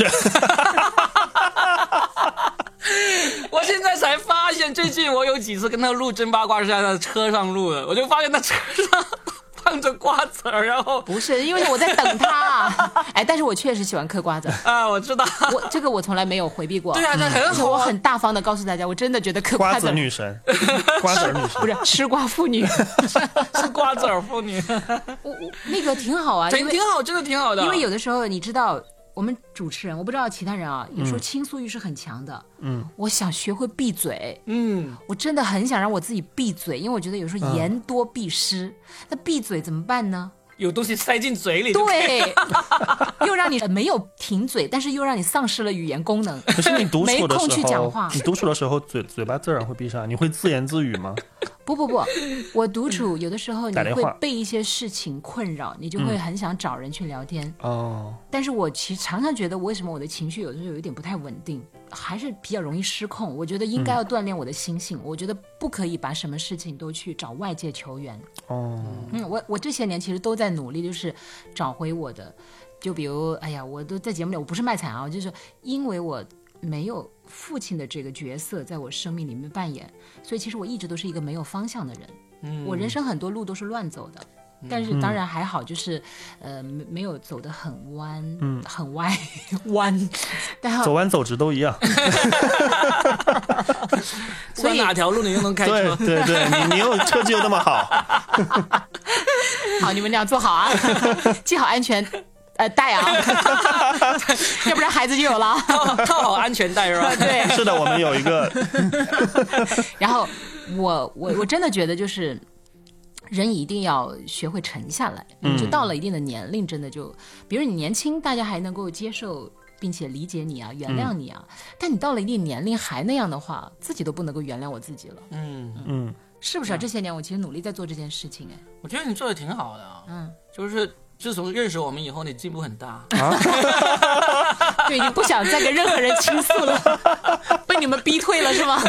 Speaker 1: 我现在才发现，最近我有几次跟他录真八卦是在他的车上录的，我就发现他车上 放着瓜子儿，然后
Speaker 2: 不是，因为我在等他。 哎，但是我确实喜欢嗑瓜子，
Speaker 1: 啊，我知道，
Speaker 2: 我这个我从来没有回避过。
Speaker 1: 对啊，这很
Speaker 2: 而且
Speaker 1: 好
Speaker 2: 我
Speaker 1: 啊，
Speaker 2: 很大方的告诉大家，我真的觉得嗑
Speaker 3: 瓜
Speaker 2: 子
Speaker 3: 子女神，瓜子女神
Speaker 2: 不，是吃瓜妇女，
Speaker 1: 是瓜子儿妇女，
Speaker 2: 我我那个挺好啊啊，因
Speaker 1: 挺
Speaker 2: 为
Speaker 1: 挺好，真的挺好的。
Speaker 2: 因为有的时候你知道，我们主持人我不知道其他人啊，有时候倾诉欲是很强的。嗯，我想学会闭嘴，
Speaker 1: 嗯，
Speaker 2: 我真的很想让我自己闭嘴，因为我觉得有时候言多必失。那闭嘴怎么办呢？
Speaker 1: 有东西塞进嘴里，，
Speaker 2: 对， 又让你没有停嘴，但是又让你丧失了语言功能。
Speaker 3: 可是你独
Speaker 2: 没
Speaker 3: 处的
Speaker 2: 空去
Speaker 3: 时
Speaker 2: 讲
Speaker 3: 候
Speaker 2: 话，
Speaker 3: 你独处的时候嘴嘴巴自然会闭上，你会自言自语吗？
Speaker 2: 不不不，我独处有的时候你
Speaker 3: 打电
Speaker 2: 会
Speaker 3: 话
Speaker 2: 被一些事情困扰，你就会很想找人去聊天。
Speaker 3: 哦，
Speaker 2: 但是我其实常常觉得，为什么我的情绪有的时候有一点不太稳定，还是比较容易失控。我觉得应该要锻炼我的心性，我觉得不可以把什么事情都去找外界求援。
Speaker 3: 哦，
Speaker 2: 嗯，我我这些年其实都在努力，就是找回我的，就比如，哎呀，我都在节目里，我不是卖惨啊，就是因为我没有父亲的这个角色在我生命里面扮演，所以其实我一直都是一个没有方向的人。
Speaker 1: 嗯
Speaker 2: 我人生很多路都是乱走的。但是当然还好，就是，呃，没没有走得很弯，嗯、很歪 弯，但
Speaker 3: 走弯走直都一样。
Speaker 1: 不管
Speaker 2: 所以
Speaker 1: 哪条路你都能开
Speaker 3: 对
Speaker 1: 车。
Speaker 3: 对对，你你又车技又那么好，
Speaker 2: 好，你们俩坐好啊，系好安全呃带啊， 要不然孩子就有了。
Speaker 1: 套 套好安全带是吧？
Speaker 2: 对，
Speaker 3: 是的，我们有一个
Speaker 2: 然后我我我真的觉得就是。人一定要学会沉下来，
Speaker 3: 嗯
Speaker 2: 就到了一定的年龄，真的就，比如你年轻，大家还能够接受并且理解你啊，
Speaker 3: 嗯
Speaker 2: 原谅你啊，但你到了一定年龄还那样的话，自己都不能够原谅我自己了，
Speaker 1: 嗯，
Speaker 3: 嗯，
Speaker 2: 是不是啊？这些年我其实努力在做这件事情，哎，
Speaker 1: 我觉得你做的挺好的啊，
Speaker 2: 嗯，
Speaker 1: 就是自从认识我们以后，你进步很大。
Speaker 2: 就已经不想再跟任何人倾诉了， 被你们逼退了是吗？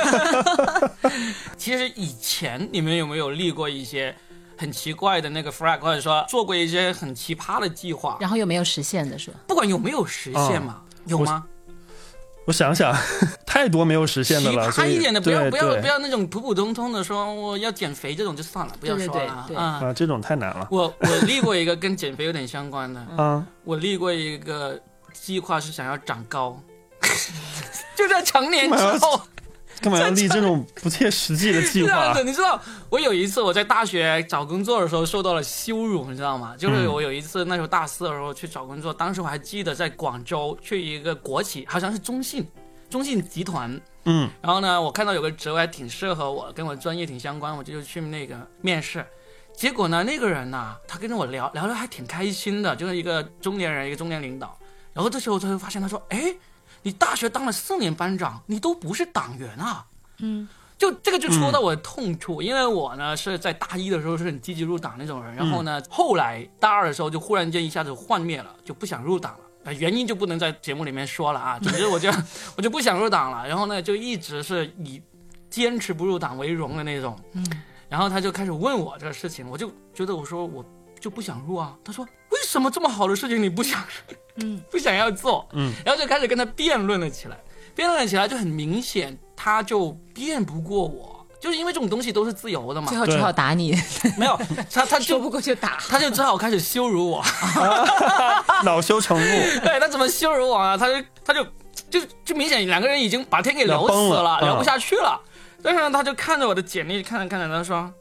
Speaker 1: 其实以前你们有没有立过一些很奇怪的那个 flag，或者说做过一些很奇葩的计划？哦
Speaker 2: 然后又没有实现的是吧？
Speaker 1: 不管有没有实现嘛，有吗？
Speaker 3: 我想想，太多没有实现
Speaker 1: 奇
Speaker 3: 的了，所
Speaker 1: 葩
Speaker 3: 以
Speaker 1: 一点的，不要
Speaker 3: 对
Speaker 1: 不要
Speaker 3: 对
Speaker 1: 不要那种普普通通的说我要减肥这种就算了，不要
Speaker 2: 对对
Speaker 1: 说
Speaker 2: 对
Speaker 1: 了啊
Speaker 2: 对
Speaker 1: 啊。
Speaker 3: 啊，这种太难了
Speaker 1: 我 我立过一个跟减肥有点相关的，
Speaker 3: 啊。
Speaker 1: 我立过一个计划是想要长高， 就在成年之后。
Speaker 3: 干嘛要立这种不切实际的 计
Speaker 1: 这样
Speaker 3: 划
Speaker 1: 子，？你知道，我有一次我在大学找工作的时候受到了羞辱，你知道吗？就是
Speaker 3: 嗯
Speaker 1: 我有一次那时候大四的时候去找工作，当时我还记得在广州去一个国企，好像是中信，中信集团。
Speaker 3: 嗯，
Speaker 1: 然后呢，我看到有个职位还挺适合我，跟我专业挺相关，我就去那个面试。结果呢，那个人呐，他跟我聊聊的还挺开心的，就是一个中年人，一个中年领导。然后这时候他就发现，他说：“哎，你大学当了四年班长，你都不是党员啊。”嗯，就这个就戳到我的痛处，因为我呢是在大一的时候是很积极入党那种人，然后呢，后来大二的时候就忽然间一下子幻灭了，就不想入党了。呃原因就不能在节目里面说了啊，总之我就 我就不想入党了，然后呢就一直是以坚持不入党为荣的那种。
Speaker 2: 嗯，
Speaker 1: 然后他就开始问我这个事情，我就觉得我说我就不想入啊。他说为什么这么好的事情你不想，
Speaker 2: 嗯，
Speaker 1: 不想要做？
Speaker 3: 嗯，
Speaker 1: 然后就开始跟他辩论了起来，辩论了起来就很明显，他就辩不过我，就是因为这种东西都是自由的嘛
Speaker 2: 最，后只好打你，
Speaker 1: 没有他 他
Speaker 2: 说
Speaker 1: 就
Speaker 2: 不过就打。
Speaker 1: 他就只好开始羞辱我。
Speaker 3: 恼羞成怒，
Speaker 1: 对他怎么羞辱我啊？他就他就就就明显两个人已经把天给聊
Speaker 3: 聊崩
Speaker 1: 死
Speaker 3: 了嗯
Speaker 1: 聊不下去了。但是呢，他就看着我的简历，看着看着，他说：“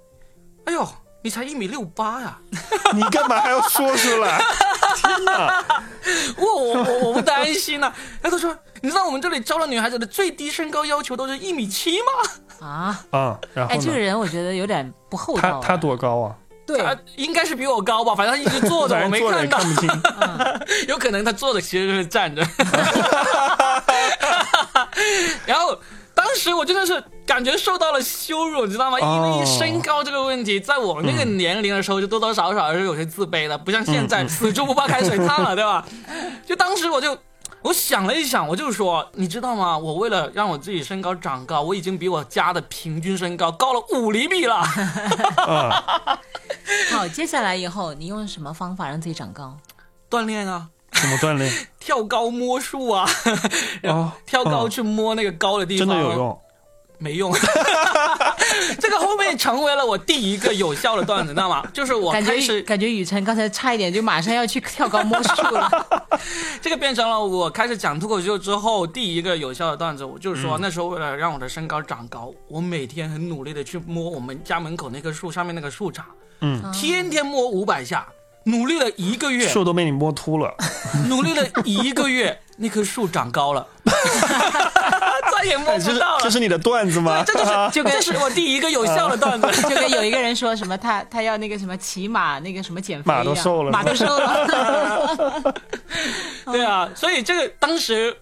Speaker 1: 哎呦，你才一米六八呀！
Speaker 3: 你干嘛还要说出来？天哪！
Speaker 1: 我我我我不担心呐、然后他说：“你知道我们这里招的女孩子的最低身高要求都是一米七吗？
Speaker 2: 啊，
Speaker 3: 啊，然后
Speaker 2: 哎，这个
Speaker 3: 呢？
Speaker 2: 人我觉得有点不厚道
Speaker 3: 他
Speaker 2: 啊。
Speaker 3: 他多高啊？
Speaker 2: 对，
Speaker 1: 啊，应该是比我高吧，反正他一直坐着，我
Speaker 3: 反
Speaker 1: 没
Speaker 3: 正坐着
Speaker 1: 看
Speaker 3: 也
Speaker 1: 到。
Speaker 3: 看不清。
Speaker 1: 有可能他坐的其实就是 站着。然后当时我真的是感觉受到了羞辱，你知道吗？因
Speaker 3: 哦嗯
Speaker 1: 为身高这个问题，在我那个年龄的时候，就多多少少是有些自卑的，不像现在死猪不怕开水烫了，对吧？就当时我就。我想了一想，我就说，你知道吗？我为了让我自己身高长高，我已经比我家的平均身高高了五厘米了。
Speaker 3: 啊，
Speaker 2: 好，接下来以后你用什么方法让自己长高？
Speaker 1: 锻炼啊，
Speaker 3: 怎么锻炼？
Speaker 1: 跳高摸树啊，
Speaker 3: 哦，
Speaker 1: 跳高
Speaker 3: 嗯
Speaker 1: 去摸那个高的地
Speaker 3: 真
Speaker 1: 方啊、
Speaker 3: 的有用。
Speaker 1: 没用。 这个后面成为了我第一个有效的段子，你知道吗？就是我
Speaker 2: 感
Speaker 1: 开
Speaker 2: 觉
Speaker 1: 始
Speaker 2: 感觉雨辰刚才差一点就马上要去跳高摸树 了。
Speaker 1: 这个变成了我开始讲脱口秀之后第一个有效的段子。我就是说，那时候为了让我的身高长高，我每天很努力的去摸我们家门口那棵树上面那个树杈，
Speaker 3: 嗯，
Speaker 1: 天天摸五百下。努力了一个月，
Speaker 3: 树都被你摸秃了。
Speaker 1: 努力了一个月，那棵树长高了，再也摸
Speaker 3: 哎这
Speaker 1: 不
Speaker 3: 是
Speaker 1: 到了。
Speaker 3: 这是你的段子吗？
Speaker 1: 这就是
Speaker 2: 就跟
Speaker 1: 这是我第一个有效的段子。
Speaker 2: 就 跟有一个人说什么他他要那个什么骑马那个什么减肥一样，
Speaker 3: 马都瘦了
Speaker 2: 马都瘦 了。哦
Speaker 1: 对啊，所以这个当时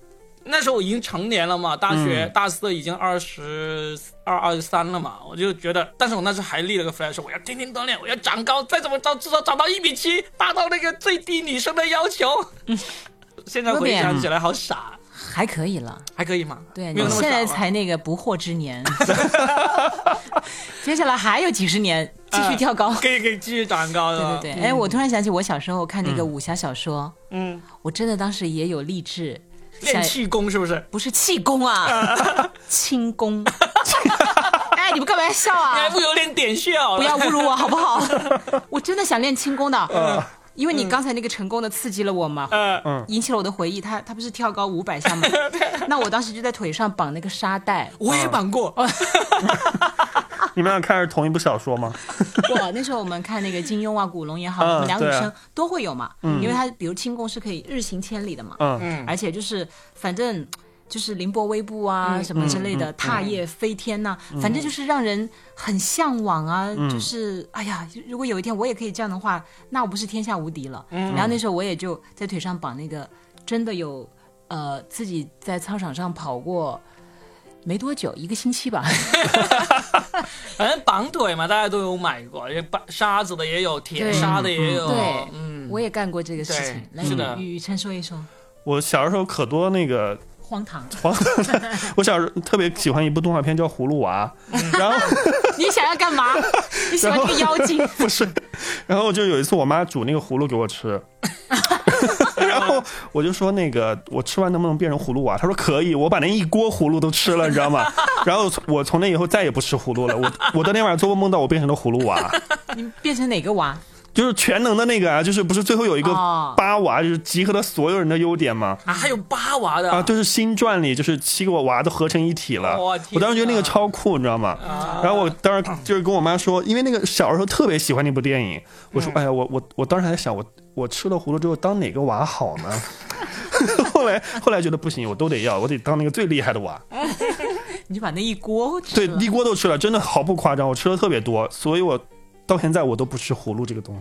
Speaker 1: 那时候我已经成年了嘛，大学、
Speaker 3: 嗯
Speaker 1: 大四已经二十二、二十三了嘛，我就觉得，但是我那时候还立了个 flag，说我要天天锻炼，我要长高，再怎么着至少长到一米七，达到那个最低女生的要求。
Speaker 2: 嗯
Speaker 1: 现在回想起来好傻，
Speaker 2: 还可以了，
Speaker 1: 还可以吗？
Speaker 2: 对
Speaker 1: 没
Speaker 2: 你
Speaker 1: 有那么
Speaker 2: 现在
Speaker 1: 傻吧
Speaker 2: 才那个不惑之年， 接下来还有几十年继续跳 高。
Speaker 1: 可以可以继续长高嗯
Speaker 2: 对
Speaker 1: 的吧。
Speaker 2: 对对，哎，我突然想起我小时候看那个武侠小说，
Speaker 1: 嗯，
Speaker 2: 我真的当时也有励志，
Speaker 1: 练
Speaker 2: 想
Speaker 1: 气功是不是？
Speaker 2: 不是气功啊，轻功。 哎，你们干嘛要笑啊？
Speaker 1: 你还不有点点穴好了
Speaker 2: 不要侮辱我好不好？我真的想练轻功的，因为你刚才那个成功的刺激了我嘛，
Speaker 1: 呃，
Speaker 3: 嗯
Speaker 2: 引起了我的回忆。他他不是跳高五百下吗？那我当时就在腿上绑那个沙袋，
Speaker 1: 我也绑过，
Speaker 2: 哦
Speaker 3: 你们俩看是同一部小说吗？
Speaker 2: 哇，那时候我们看那个金庸啊、古龙也好，
Speaker 3: 嗯
Speaker 2: 我们两个女
Speaker 3: 对
Speaker 2: 生
Speaker 3: 啊
Speaker 2: 都会有嘛，因为他比如轻功是可以日行千里的嘛，
Speaker 3: 嗯，
Speaker 2: 而且就是反正。就是凌波微步
Speaker 1: 嗯
Speaker 2: 啊，什么之类的，踏叶飞天呐、反正就是让人很向往啊。
Speaker 1: 嗯
Speaker 2: 就是哎呀，如果有一天我也可以这样的话，那我不是天下无敌了？
Speaker 1: 嗯
Speaker 2: 然后那时候我也就在腿上绑那个，真的有呃自己在操场上跑过没多久，一个星期吧。
Speaker 1: 反正绑腿嘛，大家都有买过，也绑沙子的也有，铁
Speaker 2: 对
Speaker 1: 砂的也有，
Speaker 2: 对，
Speaker 1: 嗯，
Speaker 2: 我也干过这个事情。
Speaker 1: 对
Speaker 2: 来，
Speaker 1: 是的
Speaker 2: 雨雨辰说一说，
Speaker 3: 我小时候可多那个
Speaker 2: 荒 唐，
Speaker 3: 我小时候特别喜欢一部动画片叫《葫芦娃》，然后
Speaker 2: 你想要干嘛？你喜欢这个妖精？
Speaker 3: 不是，然后就有一次我妈煮那个葫芦给 我吃，然后我就说那个我吃完能不能变成葫芦娃、她说可以，我把那一锅葫芦都吃了，你知道吗？ 然后我从那以后再也不吃葫芦了。我我当天晚上做梦梦到我变成了葫芦娃，
Speaker 2: 你变成哪个娃？
Speaker 3: 就是全能的那个啊，就是不是最后有一个
Speaker 2: 哦
Speaker 3: 八娃，就是集合了所有人的优点吗？
Speaker 1: 啊，还有八娃的
Speaker 3: 啊，就是新传里就是七个娃都合成一体了。
Speaker 1: 哇天
Speaker 3: 我当时觉得那个
Speaker 1: 哪
Speaker 3: 超酷，你知道吗？
Speaker 1: 啊
Speaker 3: 然后我当时就是跟我妈说，因为那个小时候特别喜欢那部电影，我
Speaker 1: 嗯
Speaker 3: 说，哎呀，我我我当时还在想，我我吃了葫芦之后当哪个娃好呢？ 后来后来觉得不行，我都得要，我得当那个最厉害的
Speaker 1: 啊
Speaker 3: 娃。
Speaker 2: 你就把那一锅吃
Speaker 3: 对，
Speaker 2: 了
Speaker 3: 一锅都吃了，真的毫不夸张，我吃了特别多，所以我到现在我都不吃葫芦这个东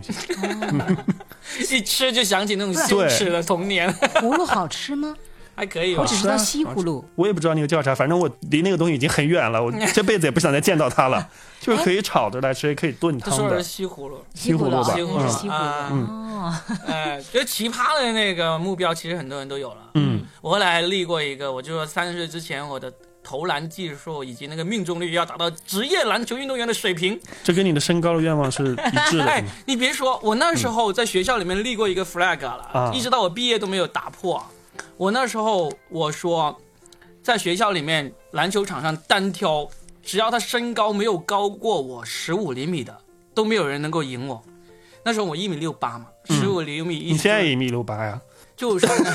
Speaker 3: 西。
Speaker 1: 一吃就想起那种羞耻的童年。
Speaker 2: 葫芦好吃吗？
Speaker 1: 还可以
Speaker 3: 啊
Speaker 1: 吧
Speaker 2: 我只？知道西葫芦，
Speaker 3: 我也不知道那个叫啥，反正我离那个东西已经很远了，我这辈子也不想再见到它了。就是可以炒着来吃，也可以炖
Speaker 1: 他
Speaker 3: 汤
Speaker 1: 说的
Speaker 3: 的
Speaker 1: 是。西葫芦，
Speaker 3: 西葫芦吧
Speaker 2: 西葫芦，啊
Speaker 3: 嗯
Speaker 2: 西葫芦。哦，
Speaker 1: 哎，就奇葩的那个目标，其实很多人都有了。
Speaker 3: 嗯，
Speaker 1: 我后来还立过一个，我就说三十岁之前我的。投篮技术以及那个命中率要达到职业篮球运动员的水平。
Speaker 3: 这跟你的身高的愿望是一致
Speaker 1: 哎
Speaker 3: 的。，嗯
Speaker 1: 你别说，我那时候在学校里面立过一个 flag 了，
Speaker 3: 啊
Speaker 1: 一直到我毕业都没有打破。我那时候我说，在学校里面篮球场上单挑，只要他身高没有高过我十五厘米的，都没有人能够赢我。那时候我一米六八嘛，十五厘米一、
Speaker 3: 嗯你现在一米六八呀？
Speaker 1: 就是说 呢，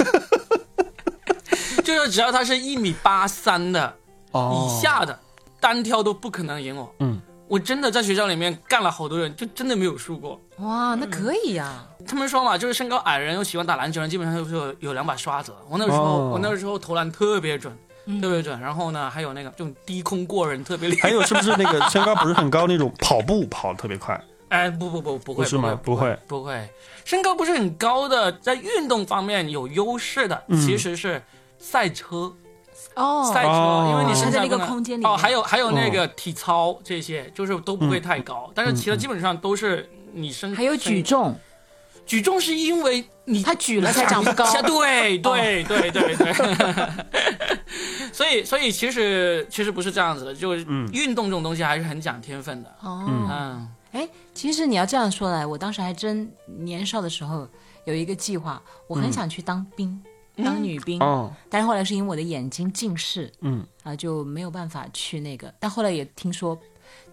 Speaker 1: 就是只要他是一米八三的
Speaker 3: 哦
Speaker 1: 以下的，单挑都不可能赢我。
Speaker 3: 嗯，
Speaker 1: 我真的在学校里面干了好多人，就真的没有输过。
Speaker 2: 哦哇，那可以呀。
Speaker 1: 他们说嘛，就是身高矮的人又喜欢打篮球的人，基本上就是有有两把刷子。我那时候，
Speaker 3: 哦
Speaker 1: 我那时候投篮特别准，
Speaker 2: 嗯
Speaker 1: 特别准。然后呢，还有那个这种低空过人特别厉害。
Speaker 3: 还有是不是那个身高不是很高那种跑步跑得特别快？
Speaker 1: 哎，不不 不，不会，
Speaker 3: 不是吗？不会，
Speaker 1: 不会，身高不是很高的，在运动方面有优势的，
Speaker 3: 嗯
Speaker 1: 其实是赛车，
Speaker 2: 哦，
Speaker 1: 赛车，
Speaker 3: 哦嗯
Speaker 1: 因为你身
Speaker 2: 在
Speaker 1: 在
Speaker 2: 那个空间里
Speaker 1: 哦，
Speaker 2: 面
Speaker 1: 还有还有那个体操这些，就是都不会太高，但是
Speaker 3: 嗯
Speaker 1: 其他基本上都是你身
Speaker 2: 还有举
Speaker 1: 身
Speaker 2: 重，
Speaker 1: 举重是因为你
Speaker 2: 他举了才长不高。 哦
Speaker 1: 对对对对对。 所以所以其实其实不是这样子的，就是
Speaker 3: 嗯
Speaker 1: 运动这种东西还是很讲天分的。
Speaker 2: 哦，
Speaker 1: 嗯，
Speaker 2: 哎，其实你要这样说来，我当时还真年少的时候有一个计划，我很想去当兵，当女兵，
Speaker 3: 嗯哦，
Speaker 2: 但是后来是因为我的眼睛近视
Speaker 3: 嗯，
Speaker 2: 啊，就没有办法去那个。但后来也听说，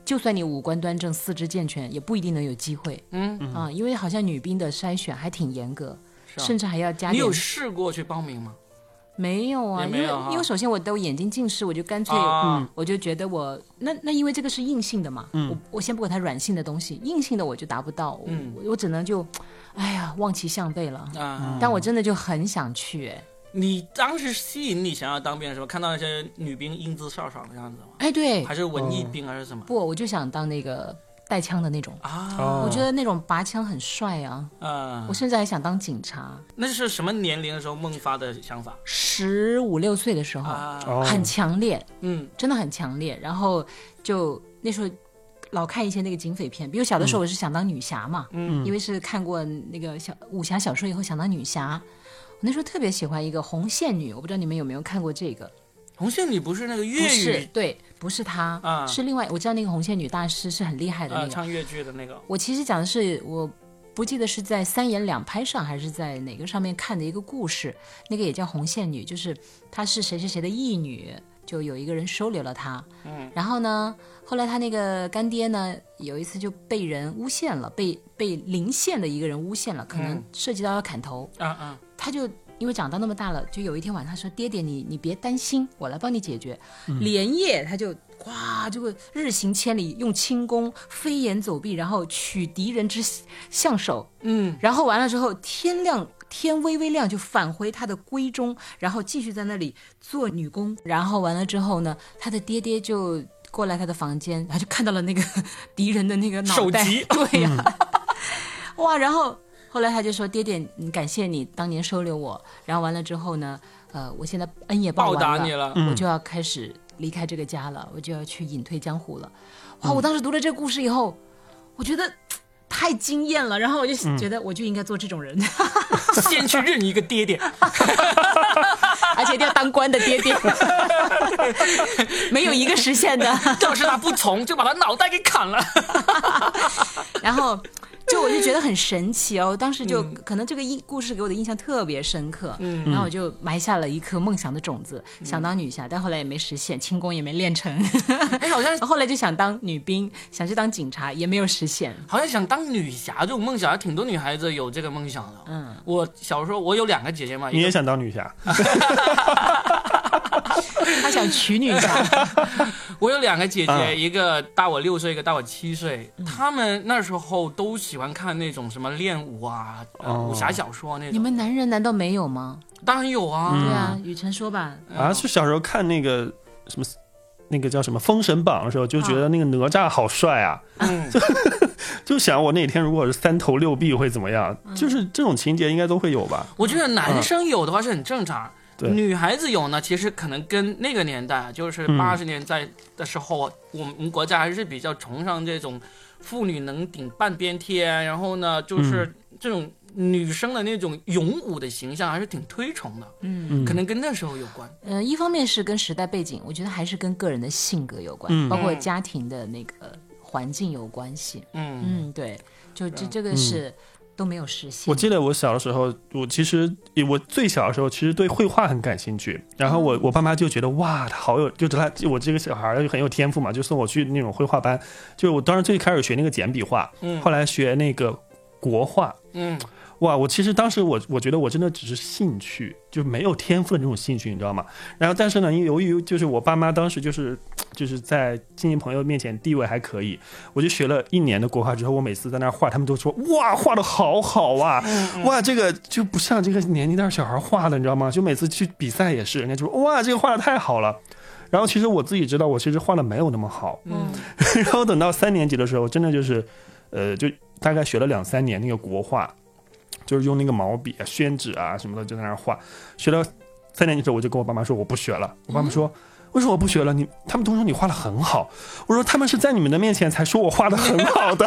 Speaker 2: 就算你五官端正、四肢健全，也不一定能有机会。
Speaker 1: 嗯
Speaker 2: 啊，因为好像女兵的筛选还挺严格，
Speaker 1: 啊
Speaker 2: 甚至还要加
Speaker 1: 你
Speaker 2: 嗯点
Speaker 1: 有试过去报名吗？
Speaker 2: 没有啊，
Speaker 1: 也
Speaker 2: 因
Speaker 1: 没
Speaker 2: 为
Speaker 1: 有哈
Speaker 2: 因为首先我都眼睛近视，我就干脆、
Speaker 1: 啊
Speaker 2: 我就觉得我那那因为这个是硬性的嘛，我我先不管它软性的东西，硬性的我就达不到，我
Speaker 1: 嗯
Speaker 2: 我我只能就，哎呀，望其项背了。
Speaker 3: 嗯
Speaker 1: 啊，
Speaker 2: 但我真的就很想去，哎，的，
Speaker 1: 你当时吸引你想要当兵的时候，看到那些女兵英姿飒爽的样子吗？
Speaker 2: 哎，对
Speaker 1: 还，是文
Speaker 3: 哦
Speaker 1: 艺兵还是什么？
Speaker 2: 不，我就想当那个带枪的那种，
Speaker 1: 啊，
Speaker 3: 哦
Speaker 2: 我觉得那种拔枪很帅啊，
Speaker 1: 嗯
Speaker 2: 我，甚至还想当警察。
Speaker 1: 那是什么年龄的时候萌发的想法
Speaker 2: 十五六岁的时候，
Speaker 1: 啊？
Speaker 3: 哦
Speaker 2: 很强烈，
Speaker 1: 嗯
Speaker 2: 真的很强烈。然后就那时候老看一些那个警匪片，比如小的时候我是想当女侠嘛，
Speaker 1: 嗯
Speaker 2: 因为是看过那个小武侠小说以后想当女侠。我那时候特别喜欢一个红线女，我不知道你们有没有看过这个？
Speaker 1: 红线，你不是那个
Speaker 2: 不
Speaker 1: 粤
Speaker 2: 是
Speaker 1: 语，
Speaker 2: 对，不是她，
Speaker 1: 啊
Speaker 2: 是另外我知道那个红线女大师是很厉害的那
Speaker 1: 呃
Speaker 2: 个。
Speaker 1: 唱粤剧的那个？
Speaker 2: 我其实讲的是我。不记得是在三言两拍上还是在哪个上面看的一个故事，那个也叫红线女，就是她是谁谁谁的义女，就有一个人收留了她，
Speaker 1: 嗯，
Speaker 2: 然后呢，后来他那个干爹呢，有一次就被人诬陷了，被被邻县的一个人诬陷了，可能
Speaker 1: 嗯
Speaker 2: 涉及到要砍头，
Speaker 1: 啊啊，
Speaker 2: 他就。因为长到那么大了，就有一天晚上说：“爹爹你，你别担心，我来帮你解决。
Speaker 1: 嗯
Speaker 2: 连夜他就哇，就会日行千里，用轻功飞檐走壁，然后取敌人之相首，
Speaker 1: 嗯，
Speaker 2: 然后完了之后，天亮天微微亮就返回他的闺中，然后继续在那里做女工。然后完了之后呢，他的爹爹就过来他的房间，然后就看到了那个 敌人的那个脑袋，
Speaker 1: 手机 嗯
Speaker 2: 对呀、哇！然后后来他就说：“爹爹，嗯感谢你当年收留我。”然后完了之后呢，呃，我现在恩也报
Speaker 1: 报
Speaker 2: 完
Speaker 1: 答你了。
Speaker 2: 我就要开始离开这个家了，我就要去隐退江湖了。哇！我当时读了这个故事以后，我觉得太惊艳了，然后我就觉得我就应该做这种人，
Speaker 1: 先去认一个爹 爹，
Speaker 2: 而且一定要当官的爹 爹，没有一个实现的。
Speaker 1: 要是他不从，就把他脑袋给砍了。
Speaker 2: 然后就我就觉得很神奇哦，当时
Speaker 1: 嗯
Speaker 2: 就可能这个印故事给我的印象特别深刻，嗯，然后我就埋下了一颗梦想的种子，
Speaker 1: 嗯
Speaker 2: 想当女侠，但后来也没实现，轻功也没练成，
Speaker 1: 哎，好像
Speaker 2: 后来就想当女兵，想去当警察，也没有实现。
Speaker 1: 好像想当女侠这种梦想，还挺多女孩子有这个梦想的。
Speaker 2: 嗯，
Speaker 1: 我小时候我有两个姐姐嘛，
Speaker 3: 你
Speaker 1: 一
Speaker 3: 也
Speaker 1: 个
Speaker 3: 想当女侠？
Speaker 2: 他想娶女侠，
Speaker 1: 我有两个姐
Speaker 3: 啊
Speaker 1: 姐，一个大我六岁，一个大我七岁。她们那时候都喜欢看那种什么练武啊、呃
Speaker 3: 哦
Speaker 1: 武侠小说那
Speaker 2: 你
Speaker 1: 种。
Speaker 2: 们男人难道没有吗？
Speaker 1: 当然有啊，
Speaker 2: 对啊，雨辰说吧，
Speaker 1: 嗯
Speaker 3: 啊，是小时候看那个什么，那个叫什么《封神榜》的时候，就觉得那个哪吒好帅啊，
Speaker 1: 嗯，
Speaker 3: 就想我哪天如果是三头
Speaker 1: 嗯
Speaker 3: 六臂会怎么样？就是这种情节应该都会有吧？
Speaker 1: 我觉得男生有的话是很正常。
Speaker 3: 嗯对
Speaker 1: 女孩子有呢，其实可能跟那个年代啊，就是
Speaker 3: 嗯
Speaker 1: 八十年代的时候啊，我们国家还是比较崇尚这种妇女能顶半边天，然后呢，
Speaker 3: 嗯
Speaker 1: 就是这种女生的那种勇武的形象，还是挺推崇的，
Speaker 2: 嗯
Speaker 3: 嗯
Speaker 1: 可能跟那时候有关。
Speaker 2: 呃，一方面是跟时代背景，我觉得还是跟个人的性格有关，
Speaker 3: 嗯
Speaker 2: 包括家庭的那个环境有关系。
Speaker 1: 嗯
Speaker 2: 嗯，对，就这
Speaker 1: 嗯
Speaker 2: 这个是都没有实现。
Speaker 3: 啊我记得我小的时候，我其实我最小的时候其实对绘画很感兴趣，然后我我爸妈就觉得哇，他好有，就他我这个小孩儿就很有天赋嘛，就送我去那种绘画班。就我当时最开始学那个简笔画，
Speaker 1: 嗯
Speaker 3: 后来学那个国画。
Speaker 1: 嗯
Speaker 3: 哇，我其实当时我我觉得我真的只是兴趣，就没有天赋的那种兴趣，你知道吗？然后但是呢，因为由于就是我爸妈当时就是就是在亲戚朋友面前地位还可以，我就学了一年的国画之后，我每次在那儿画，他们都说哇画的好好啊，哇这个就不像这个年纪大小孩画的，你知道吗？就每次去比赛也是，人家就说哇这个画的太好了。然后其实我自己知道，我其实画的没有那么好。
Speaker 2: 嗯，
Speaker 3: 然后等到三年级的时候，真的就是，呃，就大概学了两三年那个国画，就是用那个毛笔啊、宣纸啊什么的就在那儿画。学了三年级之后，我就跟我爸妈说我不学了。我爸妈说。为什么我不学了？你他们都说你画的很好，我说他们是在你们的面前才说我画的很好的，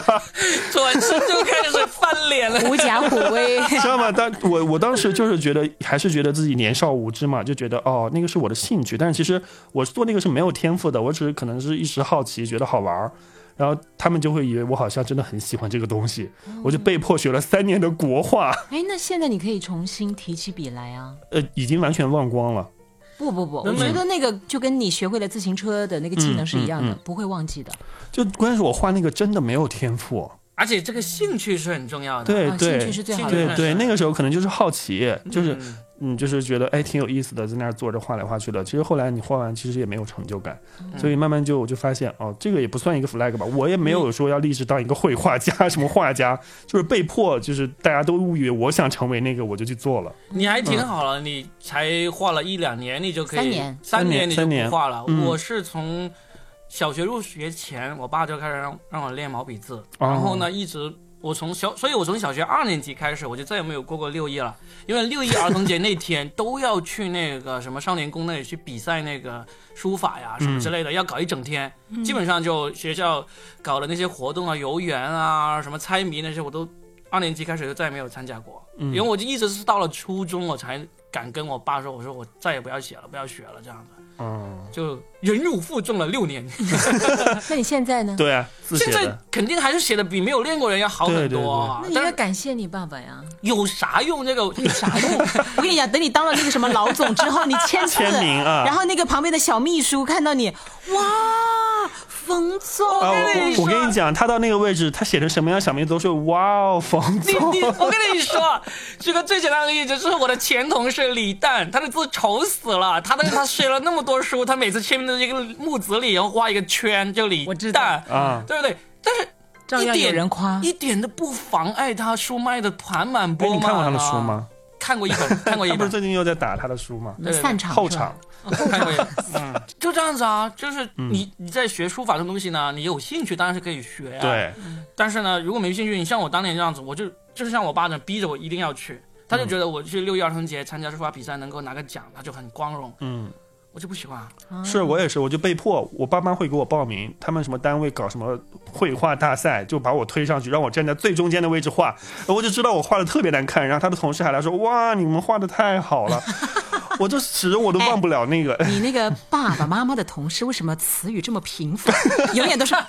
Speaker 1: 说完之后就开始翻脸了。
Speaker 2: 狐假虎威。
Speaker 3: 知道吗？当我我当时就是觉得还是觉得自己年少无知嘛，就觉得哦那个是我的兴趣，但是其实我做那个是没有天赋的，我只是可能是一时好奇觉得好玩儿，然后他们就会以为我好像真的很喜欢这个东西，我就被迫学了三年的国画，
Speaker 2: 哎，那现在你可以重新提起笔来啊！
Speaker 3: 呃，已经完全忘光了。
Speaker 2: 不不不，我
Speaker 1: 能不能
Speaker 2: 觉得那个就跟你学会了自行车的那个技能是一样的，
Speaker 3: 嗯嗯
Speaker 2: 不会忘记的。
Speaker 3: 就关键是我画那个真的没有天赋，
Speaker 1: 而且这个兴趣是很重要的。
Speaker 3: 对
Speaker 2: 啊，兴
Speaker 3: 哎对
Speaker 2: 趣是最好
Speaker 3: 对
Speaker 2: 的。
Speaker 3: 对，那个时候可能就是好奇，就是
Speaker 1: 嗯
Speaker 3: 嗯，就是觉得哎挺有意思的，在那儿坐着画来画去的。其实后来你画完，其实也没有成就感，
Speaker 1: 嗯
Speaker 3: 所以慢慢就我就发现哦，这个也不算一个 flag 吧，我也没
Speaker 1: 嗯
Speaker 3: 有说要立志当一个绘画家、什么画家，就是被迫，就是大家都误以为我想成为那个，我就去做了。
Speaker 1: 你还
Speaker 3: 嗯
Speaker 1: 挺好了，你才画了一两年，你就可以
Speaker 2: 三年
Speaker 1: 三
Speaker 3: 三年
Speaker 1: 你就
Speaker 3: 三年
Speaker 1: 不画了。
Speaker 3: 嗯
Speaker 1: 我是从小学入学前，我爸就开始让让我练毛笔字，
Speaker 3: 哦
Speaker 1: 然后呢，一直我从小，所以我从小学二年级开始，我就再也没有过过六一了，因为六一儿童节那天 都要去那个什么少年宫那里去比赛那个书法呀
Speaker 3: 嗯
Speaker 1: 什么之类的，要搞一整天，
Speaker 2: 嗯
Speaker 1: 基本上就学校搞的那些活动啊、游园啊、什么猜谜那些，我都二年级开始就再也没有参加过。
Speaker 3: 哦嗯
Speaker 1: 因为我就一直是到了初中，我才敢跟我爸说，我说我再也不要写了，不要学了，这样子
Speaker 3: 嗯，
Speaker 1: 就忍辱负重了六年。
Speaker 2: 那你现在呢？
Speaker 3: 对啊，自
Speaker 1: 现
Speaker 3: 学
Speaker 1: 在
Speaker 3: 的。
Speaker 1: 肯定还是写的比没有练过人要好很多啊
Speaker 2: 那，你应
Speaker 1: 但
Speaker 2: 该
Speaker 1: 是
Speaker 2: 感谢你爸爸 呀！
Speaker 1: 有啥用？这个有啥用？
Speaker 2: 我跟你讲，等你当了那个什么老总之后，你签字，
Speaker 3: 签名啊
Speaker 2: 然后那个旁边的小秘书看到你，哇，冯总，哎
Speaker 3: 啊，
Speaker 1: 跟你
Speaker 3: 我我跟
Speaker 1: 说
Speaker 3: 你讲，他到那个位置，他写成什么样，小明都是哇哦，冯
Speaker 1: 你
Speaker 3: 总
Speaker 1: 你，我跟你说，举个最简单的例子，就是我的前同事李诞，他的字丑死了，他的他写了那么多书，他每次签名都是一个木子李，然后画一个圈，就李
Speaker 2: 我知道
Speaker 1: 诞，
Speaker 3: 啊，
Speaker 1: 对不对？但是
Speaker 2: 照样
Speaker 1: 一点
Speaker 2: 有人夸
Speaker 1: 一点都不妨碍他书卖的盘满
Speaker 3: 哎，你
Speaker 1: 钵满、啊
Speaker 3: 看过他的书？吗？
Speaker 1: 看过一本，看过一
Speaker 3: 他 不是
Speaker 1: 本，
Speaker 3: 最近又在打他的书吗？
Speaker 1: 对对对
Speaker 2: 散场
Speaker 3: 后
Speaker 2: 是吧
Speaker 3: 场，
Speaker 1: 看过一本，嗯， 就这样子啊。就是
Speaker 3: 嗯
Speaker 1: 你你在学书法这东西呢，你有兴趣当然是可以学啊。。
Speaker 3: 对，
Speaker 1: 但是呢，如果没兴趣，你像我当年这样子，我就就是像我爸呢，逼着我一定要去，他
Speaker 3: 嗯
Speaker 1: 就觉得我去六一儿童节参加书法比赛能够拿个奖，他就很光荣，
Speaker 3: 嗯。
Speaker 1: 我就不喜欢啊。
Speaker 3: 是我也是，我就被迫，我爸妈会给我报名，他们什么单位搞什么绘画大赛，就把我推上去，让我站在最中间的位置画，我就知道我画的特别难看，然后他的同事还来说，哇，你们画的太好了， 我就始终我都忘不了那个，
Speaker 2: 你那个爸爸妈妈的同事为什么词语这么平凡？ 永远都是哇，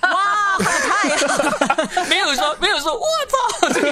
Speaker 2: 好太好，
Speaker 1: 没有说没有说，我操， 这个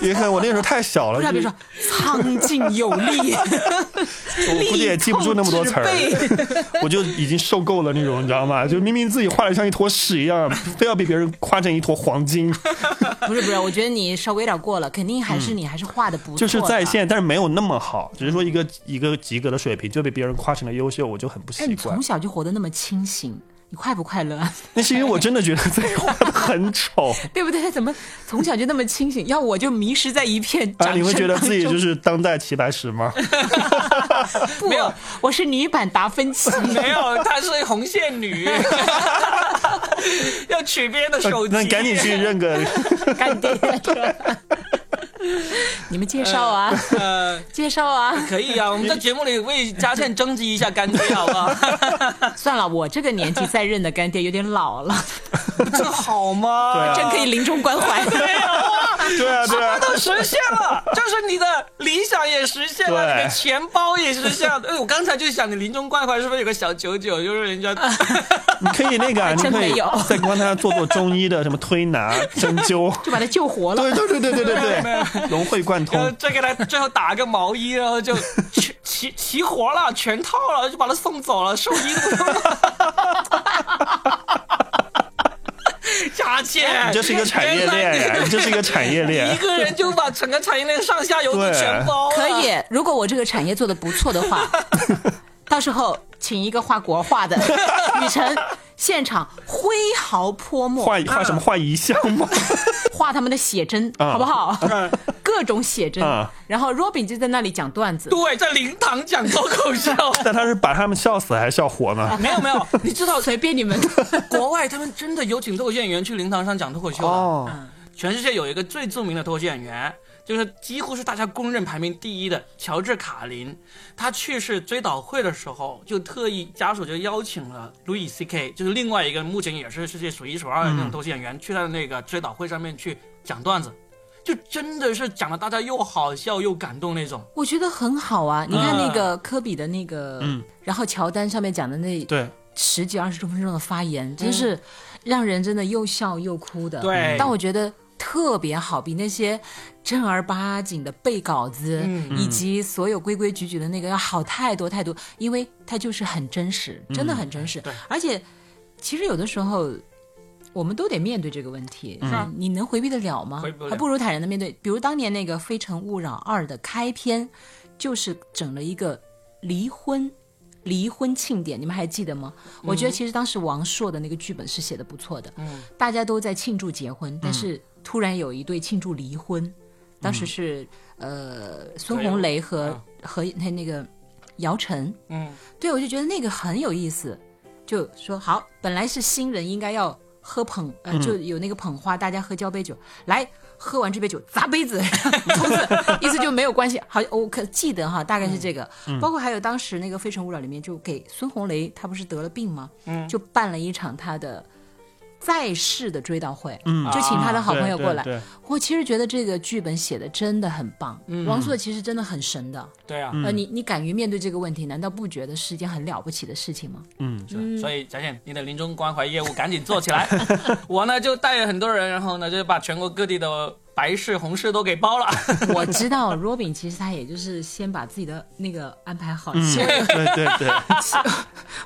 Speaker 3: 也可能我那时候太小了，
Speaker 2: 不然比如说苍劲有力，
Speaker 3: 我估计也记不住那么多词儿，
Speaker 2: 力透支辈
Speaker 3: 我就已经受够了那种，你知道吗？就明明自己画的像一坨屎一样，非要被别人夸成一坨黄金，
Speaker 2: 不是不是，我觉得你稍微有点过了，肯定还是你还是画的不错的，
Speaker 3: 嗯就是在线，但是没有那么好，只是说一个一个及格的水平就被别人夸成了优秀，我就很不
Speaker 2: 哎，
Speaker 3: 习
Speaker 2: 你
Speaker 3: 惯
Speaker 2: 从。小就活得那么清醒，你快不快乐？
Speaker 3: 那是因为我真的觉得自己画的很丑
Speaker 2: 对不对？怎么从小就那么清醒？要我就迷失在一片掌
Speaker 3: 啊！
Speaker 2: 声
Speaker 3: 你会觉得
Speaker 2: 当中
Speaker 3: 自 己就是当代齐白石吗？
Speaker 2: 不，
Speaker 1: 没有
Speaker 2: 我是女版达芬奇。
Speaker 1: 没有，她是红线女， 要取别人的手机，
Speaker 3: 那赶紧去认个，
Speaker 2: 干爹， 你们介绍啊，
Speaker 1: 呃，
Speaker 2: 介绍啊。
Speaker 1: 可以啊，我们在节目里为佳倩征集一下干爹，好不 好？
Speaker 2: 算了，我这个年纪再认的干爹有点老 了，
Speaker 1: 这好吗？
Speaker 3: 对啊
Speaker 2: 真可以临终关 怀。
Speaker 3: 对啊，对啊，
Speaker 1: 都实现了，就是你的理想也实现了，
Speaker 3: 对
Speaker 1: 你的钱包也实现了。哎，我刚才就想，你临终关怀是不是有个小九九？就是人家，
Speaker 3: 你可以那 个啊，你
Speaker 2: 真
Speaker 3: 可
Speaker 2: 没
Speaker 3: 以
Speaker 2: 有
Speaker 3: 在观察做做中医的什么推拿、针 灸。
Speaker 2: 就把他救活了。
Speaker 3: 对对对对对对
Speaker 1: 没有
Speaker 3: 对，融会贯
Speaker 1: 然后
Speaker 3: 通。
Speaker 2: 呃
Speaker 1: 再给他最后打个毛衣，然后就齐齐齐活了，全套了，就把他送走了， 兽医都不用了佳倩，
Speaker 3: 你这是一个产业链
Speaker 1: 原
Speaker 3: 呀
Speaker 1: 来，
Speaker 3: 你这是一个产业
Speaker 1: 你
Speaker 3: 链
Speaker 1: 一。个人就把整个产业链上下游都全包了，
Speaker 2: 可以，如果我这个产业做的不错的 话，到时候请一个画国画的雨辰现场挥毫泼墨，
Speaker 3: 画画什么画遗像吗？
Speaker 2: 画他们的写真，
Speaker 3: 啊
Speaker 2: 好不 好？
Speaker 1: 嗯
Speaker 2: 各种写真
Speaker 3: 啊，
Speaker 2: 然后 Robin 就在那里讲段子，
Speaker 1: 对，在灵堂讲脱口秀。
Speaker 3: 但他是把他们笑死还是笑活呢？
Speaker 1: 没有没有，你知道
Speaker 2: 随便你 们。
Speaker 1: 国外他们真的有请脱口秀演员去灵堂上讲脱口秀的。
Speaker 3: 哦，
Speaker 1: 全世界有一个最著名的脱口秀演员，就是几乎是大家公认排名第一的乔治卡林。他去世追悼会的时候，就特意家属就邀请了 Louis C K，就是另外一个目前也是世界数一数二的那种脱口秀演员，去他的那个追悼会上面去讲段子，就真的是讲的大家又好笑又感动那种。
Speaker 2: 我觉得很好啊，你看那个科比的那个，
Speaker 3: 嗯
Speaker 2: 然后乔丹上面讲的那
Speaker 3: 对，
Speaker 2: 十几二十分钟的发言，真是让人真的又笑又哭的。
Speaker 1: 嗯对
Speaker 2: 但我觉得特别好，比那些正儿八经的背稿子、
Speaker 1: 嗯
Speaker 2: 以及所有规规矩矩的那个要好太多太多，因为它就是很真实，真的很真实。
Speaker 1: 对
Speaker 2: 而且其实有的时候。我们都得面对这个问题，
Speaker 1: 啊
Speaker 2: 你能回避得了吗？
Speaker 1: 回避不了
Speaker 2: 还不如坦然的面对。比如当年那个《非诚勿扰二》的开篇，就是整了一个离婚离婚庆典，你们还记得吗？我觉得其实当时王朔的那个剧本是写的不错的，
Speaker 1: 嗯，
Speaker 2: 大家都在庆祝结婚，但是突然有一对庆祝离婚，当
Speaker 1: 嗯
Speaker 2: 时是呃孙红雷和、
Speaker 1: 啊
Speaker 2: 和那那个姚晨，
Speaker 1: 嗯，
Speaker 2: 对我就觉得那个很有意思，就说好，本来是新人应该要喝捧，
Speaker 1: 嗯
Speaker 2: 呃，就有那个捧花，大家喝交杯酒，来。喝完这杯酒砸杯子，从此意 思就没有关系。好，我可记得哈，大概
Speaker 3: 嗯
Speaker 2: 是这个。包括还有当时那个《非诚勿扰》里面，就给孙红雷他不是得了病吗？
Speaker 1: 嗯
Speaker 2: 就办了一场他的在世的追悼会，
Speaker 3: 嗯
Speaker 2: 就请他的好朋友
Speaker 3: 对
Speaker 2: 过来。
Speaker 3: 对对
Speaker 2: 我其实觉得这个剧本写的真的很棒，
Speaker 1: 嗯
Speaker 2: 王朔其实真的很神的。
Speaker 1: 对
Speaker 3: 嗯
Speaker 1: 啊，
Speaker 2: 呃，你你敢于面对这个问题，难道不觉得是一件很了不起的事情吗？
Speaker 3: 嗯，
Speaker 1: 是所以贾倩，你的临终关怀业务赶紧做 起来。我呢就带很多人，然后呢就把全国各地的白事红事都给包了。
Speaker 2: 我知道 Robin 其实他也就是先把自己的那个安排好，
Speaker 3: 嗯
Speaker 2: 希望
Speaker 3: 对对对，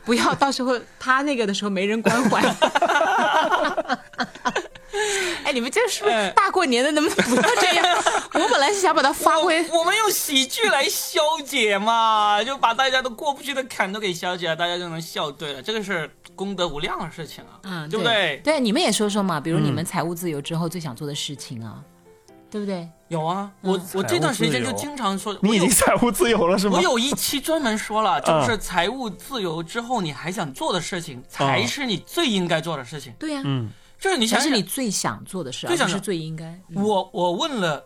Speaker 2: 不要到时候他那个的时候没人关怀。 哎，你们这是不是
Speaker 1: 哎
Speaker 2: 大过年的，能不能不要这 样？我本来是想把它发挥
Speaker 1: 我们用喜剧来消解嘛，就把大家都过不去的坎都给消解了，大家就能笑对了，这个是功德无量的事情啊，
Speaker 2: 嗯，
Speaker 1: 对不
Speaker 2: 对
Speaker 1: 对？？嗯
Speaker 2: 对，你们也说说嘛，比如你们财务自由之后最想做的事情啊，对不对？
Speaker 1: 有啊，我、
Speaker 3: 嗯
Speaker 1: 我这段时间就经常说，
Speaker 3: 你已
Speaker 1: 我
Speaker 3: 经
Speaker 1: 有
Speaker 3: 财务自由了是吗嗯
Speaker 1: 我？有一期专门说了，就是财务自由之后你还想做的事情，才是你最应该做的事情。
Speaker 2: 对呀、
Speaker 3: 嗯，
Speaker 1: 就是你
Speaker 2: 才
Speaker 1: 想
Speaker 2: 是
Speaker 1: 想，
Speaker 2: 你最想做的事，而
Speaker 1: 最
Speaker 2: 不
Speaker 1: 想
Speaker 2: 是
Speaker 1: 做
Speaker 2: 最应该。嗯
Speaker 1: 我我问了，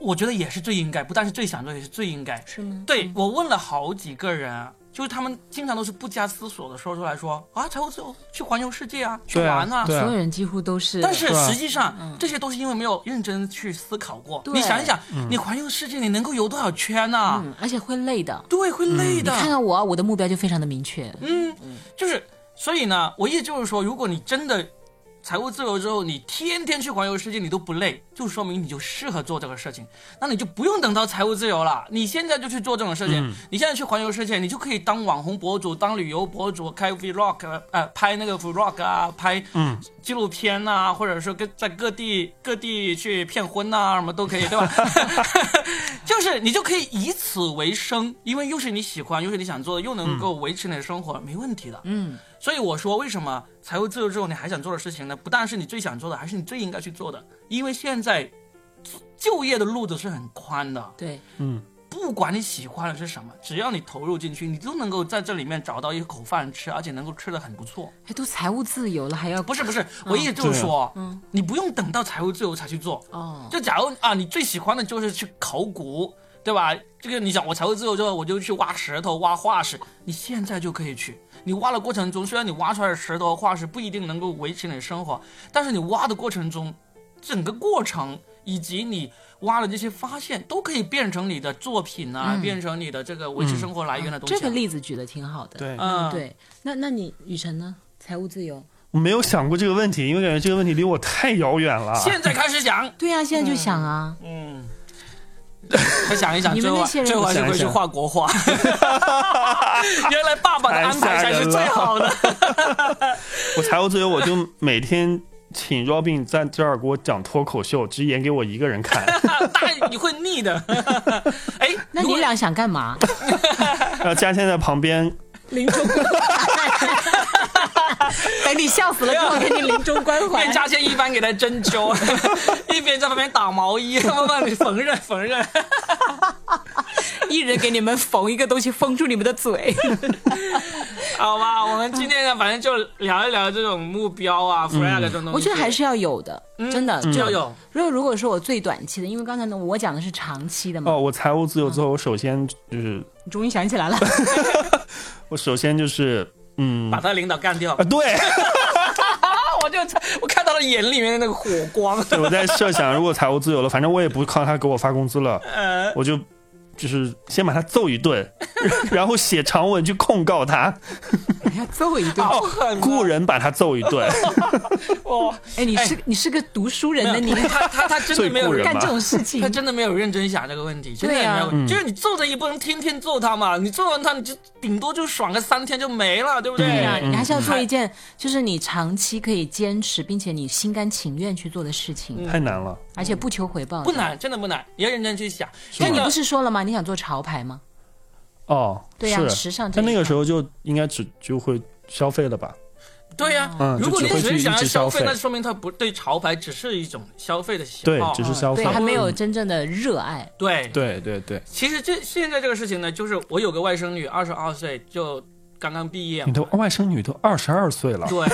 Speaker 1: 我觉得也是最应该，不但是最想做，也是最应该。
Speaker 2: 是吗？
Speaker 1: 对我问了好几个人啊，就是他们经常都是不加思索的说出来说啊，财务自由去环游世界啊，去
Speaker 3: 对啊
Speaker 1: 玩啊。
Speaker 3: 对啊
Speaker 2: 所有人几乎都是，
Speaker 1: 但是
Speaker 3: 对啊
Speaker 1: 实际上，这些都是因为没有认真去思考过。
Speaker 2: 对
Speaker 1: 你想一想，你环游世界，你能够游多少圈呢？
Speaker 2: 嗯，而嗯且会累的。
Speaker 1: 对，会累
Speaker 2: 你看
Speaker 1: 的。
Speaker 2: 看我，啊我的目标就非常的明确。
Speaker 1: 嗯，就是，所以呢，我意思就是说，如果你真的财务自由之后，你天天去环游世界，你都不累，就说明你就适合做这个事情。那你就不用等到财务自由了，你现在就去做这种事情。你现在去环游世界，你就可以当网红博主、当旅游博主，开 vlog，呃，拍那个 vlog 啊，拍
Speaker 3: 嗯
Speaker 1: 纪录片呐、或者说跟在各地各地去骗婚呐、什么都可以，对吧？ 就是你就可以以此为生，因为又是你喜欢，又是你想做的，又能够维持你的生活，没问题的。
Speaker 2: 嗯，
Speaker 1: 所以我说，为什么财务自由之后你还想做的事情呢？不但是你最想做的，还是你最应该去做的，因为现在就业的路子是很宽的，
Speaker 2: 对，
Speaker 1: 不管你喜欢的是什么，只要你投入进去，你都能够在这里面找到一口饭吃，而且能够吃的很不错。
Speaker 2: 还哎都财务自由了，还要
Speaker 1: 不是不是，我意思就是说，你不用等到财务自由才去做。
Speaker 2: 哦，
Speaker 1: 就假如啊，你最喜欢的就是去考古，对吧？这个你想，我财务自由之后，我就去挖石头、挖化石。你现在就可以去。你挖的过程中，虽然你挖出来的石头和化石不一定能够维持你的生活，但是你挖的过程中，整个过程以及你挖的这些发现，都可以变成你的作品啊，变成你的这个维持生活来源的东
Speaker 2: 嗯
Speaker 1: 西、啊
Speaker 2: 这个，例子举的挺好的。
Speaker 3: 对，
Speaker 1: 嗯，，
Speaker 2: 对，那那你雨辰呢？财务自由？
Speaker 3: 我没有想过这个问题，因为感觉这个问题离我太遥远了。啊
Speaker 1: 现在开始 想，
Speaker 2: 对呀、现在就想啊，
Speaker 1: 嗯。再想一想，
Speaker 2: 你们
Speaker 1: 最后啊
Speaker 2: 那些人
Speaker 1: 最后还是
Speaker 3: 想一
Speaker 1: 回去
Speaker 3: 想
Speaker 1: 画国 画。原来爸爸的安排才是最好的。
Speaker 3: 我财务自由，我就每天请 Robin 在这儿给我讲脱口秀，只演给我一个人 看。
Speaker 1: 大你会腻的。 哎，
Speaker 2: 那
Speaker 1: 如
Speaker 2: 你
Speaker 1: 果
Speaker 2: 俩想干嘛？
Speaker 3: 然后嘉谦在旁边，
Speaker 2: 临 终关怀，等哎你笑死了之后，给你临终关怀
Speaker 1: 被。佳倩一般给他针灸，一边在旁边打毛衣，慢慢地缝纫缝纫。
Speaker 2: 一人给你们缝一个东西，封住你们的嘴。
Speaker 1: 好吧，我们今天呢，反正就聊一聊这种目标啊、flag
Speaker 3: 嗯
Speaker 1: 这种东 西。嗯
Speaker 2: 我觉得还是要有的，真的。就
Speaker 1: 要有
Speaker 2: 如果如果说我最短期的，因为刚才呢我讲的是长期的嘛，
Speaker 3: 哦，我财务自由之后，我首先就是，
Speaker 2: 你终于想起来 了，
Speaker 3: 我首先就是，嗯，
Speaker 1: 把他领导干掉
Speaker 3: 啊，。对，
Speaker 1: 我就我看到了眼里面的那个火光。
Speaker 3: 对我在设想，如果财务自由了，反正我也不靠他给我发工资了，我就就是先把他揍一顿， 然后写长文去控告他，
Speaker 2: 要揍一顿。
Speaker 1: 好狠、啊
Speaker 3: 雇人把他揍一顿。
Speaker 1: 哦！
Speaker 2: 哎，你是你是个读书人呢，你
Speaker 1: 他他他真的没有
Speaker 3: 最雇人
Speaker 2: 干这种事情
Speaker 1: 他，真的没有认真想这个问题，真的也没有。
Speaker 2: 对
Speaker 1: 就是你揍他也不能天天揍他嘛，你揍完他你就顶多就爽个三天就没了，对不对？
Speaker 2: 对呀，
Speaker 3: 嗯
Speaker 2: 啊你还是要做一件就是你长期可以坚持，并且你心甘情愿去做的事情，
Speaker 3: 太难了，
Speaker 2: 而且不求回报。
Speaker 1: 嗯不。难，真的不难，你要认真去想。
Speaker 2: 那
Speaker 1: 那
Speaker 2: 你
Speaker 1: 个
Speaker 2: 不是说了吗？你想做潮牌吗？
Speaker 3: 哦，
Speaker 2: 对呀，
Speaker 3: 是，
Speaker 2: 时尚这一
Speaker 3: 但
Speaker 2: 块。
Speaker 3: 那个时候就应该只就会消费了吧？
Speaker 1: 对呀、
Speaker 3: 嗯
Speaker 1: 如果你
Speaker 3: 就只会
Speaker 1: 只是
Speaker 3: 去
Speaker 1: 想
Speaker 3: 一
Speaker 1: 要
Speaker 3: 直
Speaker 1: 消
Speaker 3: 消
Speaker 1: 费，
Speaker 3: 费
Speaker 1: 那说明他不对潮牌只是一种消费的喜
Speaker 3: 对
Speaker 1: 好，，啊
Speaker 3: 只是消费
Speaker 2: 哦
Speaker 3: 嗯
Speaker 2: 对，。还没
Speaker 1: 嗯
Speaker 2: 有真正的热爱。
Speaker 1: 对。
Speaker 3: 对对对，
Speaker 1: 其实这现在这个事情呢，就是我有个外甥女，二十二岁就刚刚毕业
Speaker 3: 你
Speaker 1: 嘛，
Speaker 3: 的外甥女都二十二岁了，
Speaker 1: 对，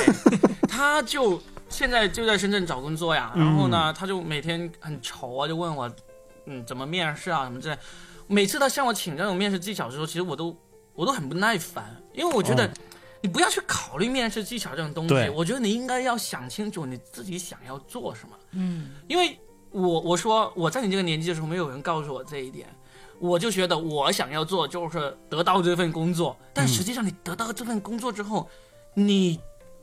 Speaker 1: 她就现在就在深圳找工作呀，然后
Speaker 3: 嗯
Speaker 1: 呢，她就每天很愁啊，就问我，嗯，怎么面试啊什么之类。每次她向我请这种面试技巧的时候，其实我都我都很不耐烦，因为我觉得。
Speaker 3: 哦
Speaker 1: 你不要去考虑面试技巧这种东西
Speaker 3: 对，
Speaker 1: 我觉得你应该要想清楚你自己想要做什么。
Speaker 2: 嗯，
Speaker 1: 因为我我说我在你这个年纪的时候，没有人告诉我这一点，我就觉得我想要做就是得到这份工作，但实际上你得到这份工作之后，你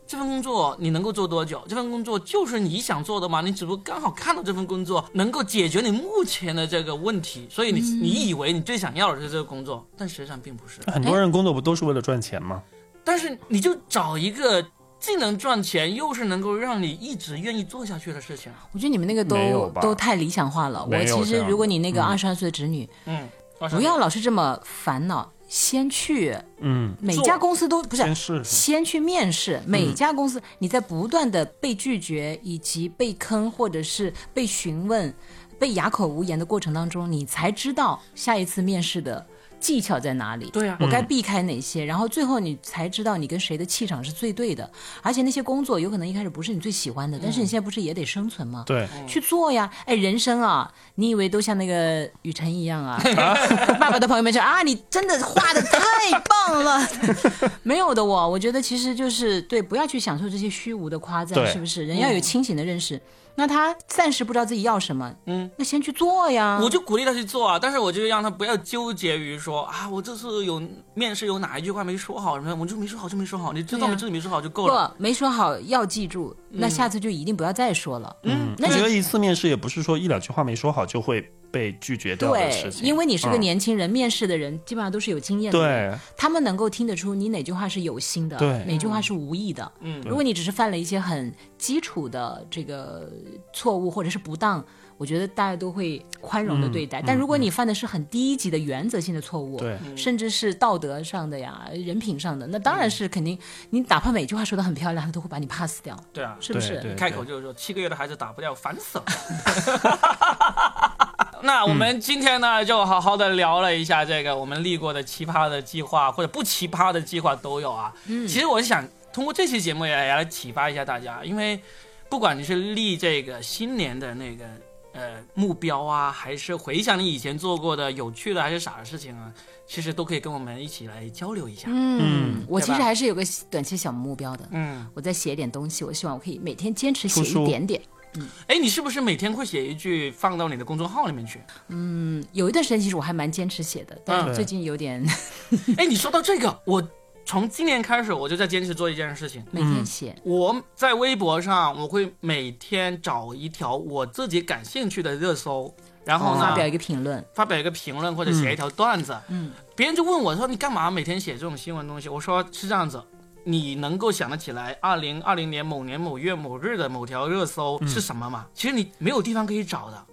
Speaker 1: 这份工作你能够做多久？这份工作就是你想做的吗？你只不过刚好看到这份工作能够解决你目前的这个问题，所以你、
Speaker 2: 嗯
Speaker 1: 你以为你最想要的是这个工作，但实际上并不
Speaker 2: 哎
Speaker 1: 是。
Speaker 3: 很多人工作不都是为了赚钱吗？
Speaker 1: 但是你就找一个既能赚钱，又是能够让你一直愿意做下去的事情。啊
Speaker 2: 我觉得你们那个
Speaker 3: 没有
Speaker 2: 都
Speaker 3: 吧
Speaker 2: 都太理想化了。我
Speaker 3: 没有
Speaker 2: 其实
Speaker 3: 这样
Speaker 2: 如果你那个二十二岁的侄女，
Speaker 1: 嗯，
Speaker 2: 不要老是这么烦恼，先去
Speaker 3: 嗯，
Speaker 2: 每
Speaker 1: 做
Speaker 2: 家公司都不是啊
Speaker 3: 先试试。
Speaker 2: 先去面试，每家公司、你在不断的被拒绝，以及被坑，或者是被询问、被哑口无言的过程当中，你才知道下一次面试的技巧在哪里。
Speaker 1: 对啊
Speaker 2: 我该避开哪些，然后最后你才知道你跟谁的气场是最对的。而且那些工作有可能一开始不是你最喜欢的，但是你现在不是也得生存吗？
Speaker 3: 对，
Speaker 2: 去做呀！哎，人生啊，你以为都像那个雨辰一样 啊？爸爸的朋友们说啊，你真的画的太棒 了。 没有的我，我觉得其实就是对，不要去享受这些虚无的夸赞，
Speaker 3: 对嗯
Speaker 2: 是不是？人要有清醒的认识。那他暂时不知道自己要什么，嗯，那先去做呀。
Speaker 1: 我就鼓励他去做啊，但是我就让他不要纠结于说啊，我这次有面试有哪一句话没说好什么的，我就没说好就没说好，你知道
Speaker 2: 对
Speaker 1: 吗？
Speaker 2: 啊
Speaker 1: 这里没说好就够
Speaker 2: 不
Speaker 1: 了。
Speaker 2: 没说好要记住，那下次就一定不要再说了。
Speaker 3: 嗯，
Speaker 2: 那
Speaker 3: 我
Speaker 2: 你
Speaker 3: 觉得一次面试也不是说一两句话没说好就会被拒绝掉的
Speaker 2: 对
Speaker 3: 事，情，
Speaker 2: 因为你是个
Speaker 3: 嗯
Speaker 2: 年轻人，面试的人基本上都是有经验的人，
Speaker 3: 对
Speaker 2: 他们能够听得出你哪句话是有心的，
Speaker 3: 对
Speaker 2: 哪句话是无意的。
Speaker 1: 嗯
Speaker 2: 如果你只是犯了一些很基础的这个错误或者是不当，我觉得大家都会宽容的对待。但如果你犯的是很低级的原则性的错误，
Speaker 3: 嗯对，
Speaker 2: 甚至是道德上的呀、人品上的，那当然是肯定，你哪怕每句话说的很漂亮，他都会把你 pass 掉，
Speaker 1: 对啊，
Speaker 2: 是不
Speaker 3: 对
Speaker 2: 是？
Speaker 3: 对
Speaker 1: 开口就是说七个月的孩子打不掉，烦死了。那我们今天呢，就好好的聊了一下这个我们立过的奇葩的计划或者不奇葩的计划都有啊。
Speaker 2: 嗯
Speaker 1: 其实我是想通过这期节目也来启发一下大家，因为不管你是立这个新年的那个呃目标啊，还是回想你以前做过的有趣的还是傻的事情啊，其实都可以跟我们一起来交流一下。
Speaker 2: 嗯
Speaker 3: 嗯，
Speaker 2: 我其实
Speaker 1: 对吧
Speaker 2: 还是有个短期小目标的，
Speaker 1: 嗯，
Speaker 2: 我再写一点东西，我希望我可以每天坚持
Speaker 3: 出
Speaker 2: 写
Speaker 3: 书
Speaker 2: 一点点。
Speaker 1: 哎，你是不是每天会写一句放到你的公众号里面去？
Speaker 2: 嗯，有一段时间其实我还蛮坚持写的，但
Speaker 3: 嗯
Speaker 2: 是最近有点
Speaker 1: 哎，你说到这个，我从今年开始我就在坚持做一件事情。
Speaker 2: 每天写。
Speaker 1: 我在微博上，我会每天找一条我自己感兴趣的热搜，然后呢，
Speaker 2: 发表一个评论，
Speaker 1: 发表一个评论或者写一条段子。
Speaker 2: 嗯，
Speaker 1: 别人就问我说：“你干嘛每天写这种新闻东西？”我说：“是这样子，你能够想得起来二零二零年某年某月某日的某条热搜
Speaker 2: 嗯
Speaker 1: 是什么吗？其实你没有地方可以找的。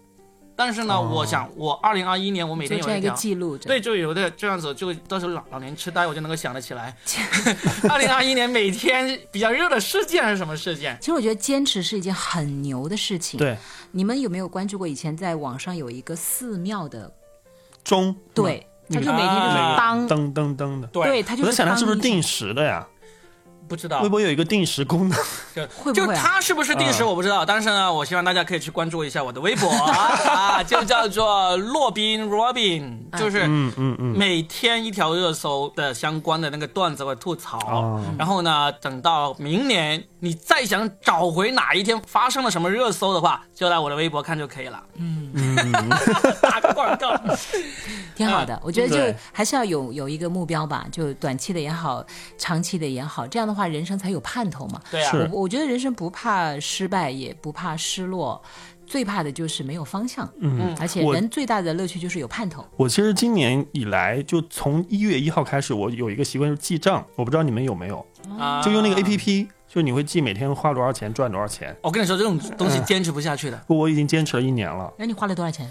Speaker 1: 但是呢，
Speaker 3: 哦
Speaker 1: 我想我二零二一年我每
Speaker 2: 做
Speaker 1: 天
Speaker 2: 这
Speaker 1: 有
Speaker 2: 样一
Speaker 1: 一
Speaker 2: 个
Speaker 1: 条。”
Speaker 2: 记录，这
Speaker 1: 对，，就有的这样子，就到时候老老年痴呆，我就能够想得起来。 二零二一年每天比较热的事件是什么事件？
Speaker 2: 其实我觉得坚持是一件很牛的事情。，
Speaker 3: 对，
Speaker 2: 你们有没有关注过以前在网上有一个寺庙的？
Speaker 3: 钟嗯
Speaker 2: 对，他就每天就是
Speaker 1: 啊
Speaker 2: 当，
Speaker 3: 噔噔噔的。
Speaker 2: 对，他就
Speaker 3: 我
Speaker 2: 是哦
Speaker 3: 在想它是不是
Speaker 2: 当一
Speaker 3: 定时的呀？
Speaker 1: 不知道
Speaker 3: 微，博嗯有一个定时功能，
Speaker 2: 会不
Speaker 1: 就
Speaker 2: 会啊？
Speaker 1: 它是不是定时我不知道，但是呢，我希望大家可以去关注一下我的微博啊，就叫做洛宾 Robin，就是
Speaker 3: 嗯嗯嗯，
Speaker 1: 每天一条热搜的相关的那个段子和吐槽。
Speaker 3: 哦，
Speaker 1: 然后呢，等到明年你再想找回哪一天发生了什么热搜的话，就来我的微博看就可以了。嗯， 打个广告。
Speaker 2: 挺好的，我觉得
Speaker 3: 对
Speaker 2: 就还是要有有一个目标吧，就短期的也好，长期的也好，这样的话人生才有盼头嘛。
Speaker 1: 对啊，
Speaker 3: 是
Speaker 2: 我我觉得人生不怕失败，也不怕失落，最怕的就是没有方向。嗯，而且
Speaker 3: 我
Speaker 2: 人最大的乐趣就是有盼头。
Speaker 3: 我其实今年以来，就从一月一号开始，我有一个习惯就是记账，我不知道你们有没有，
Speaker 1: 啊
Speaker 3: 就用那个 A P P，就你会记每天花多少钱，赚多少钱。
Speaker 1: 我跟你说，这种东西坚持不下去的。
Speaker 3: 我已经坚持了一年了，
Speaker 2: 哎那你花了多少钱？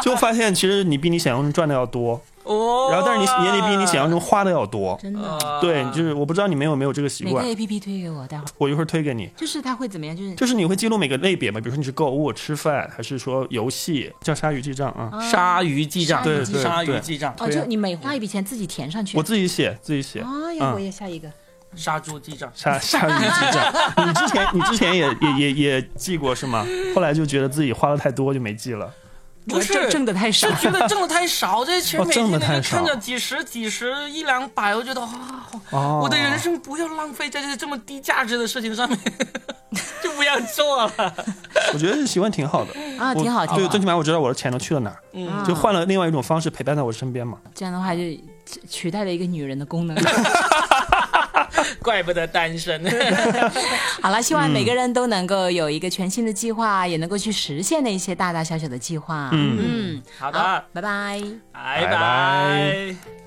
Speaker 3: 就发现其实你比你想象中赚的要多，
Speaker 1: 哦，
Speaker 3: 然后但是你也得比你想象中花的要多。
Speaker 2: 真的？
Speaker 1: 呃
Speaker 3: 对，就是我不知道你们有没有这个习
Speaker 2: 哪个
Speaker 3: 惯，
Speaker 2: A P P 推给我？待会儿
Speaker 3: 我一会儿推给你。
Speaker 2: 就是它会怎么样？就是
Speaker 3: 就是你会记录每个类别嘛，比如说你是购物、吃饭，还是说游戏，叫鲨鱼记账啊？
Speaker 1: 鲨鱼记账，
Speaker 2: 对对
Speaker 1: 鲨鱼
Speaker 3: 对
Speaker 1: 记账，
Speaker 2: 哦，就你每花一笔钱自己填上去
Speaker 3: 啊我。自己写，自己啊写。
Speaker 2: 哎呀，我也下一个。
Speaker 1: 杀猪记账。
Speaker 3: 鲨鲨鱼记 账，你之前你之前也也也也记过是吗？后来就觉得自己花的太多就没记了。
Speaker 1: 不是
Speaker 2: 我挣挣的太少
Speaker 1: 就。觉得挣的太少，这些钱
Speaker 3: 哦
Speaker 1: 每
Speaker 3: 挣
Speaker 1: 天
Speaker 3: 得
Speaker 1: 那
Speaker 3: 太
Speaker 1: 个
Speaker 3: 少
Speaker 1: 看着几十、几十、一两百，我觉得啊，
Speaker 3: 哦
Speaker 1: 我的人生不要浪费在这这么低价值的事情上面， 就不要做了。
Speaker 3: 我觉得这习惯挺好的
Speaker 2: 啊挺好
Speaker 3: 我
Speaker 2: 挺好啊
Speaker 3: 对，最起码我知道我的钱都去了哪儿，
Speaker 1: 嗯
Speaker 3: 就换了另外一种方式陪伴在我身边嘛。
Speaker 2: 这样的话就取取代了一个女人的功能。
Speaker 1: 怪不得单身。
Speaker 2: 好了，希
Speaker 3: 嗯
Speaker 2: 望每个人都能够有一个全新的计划，也能够去实现那一啊些大大小小的计划。嗯，
Speaker 1: 好的，
Speaker 2: 好，拜拜。
Speaker 1: 拜
Speaker 3: 拜拜
Speaker 1: 拜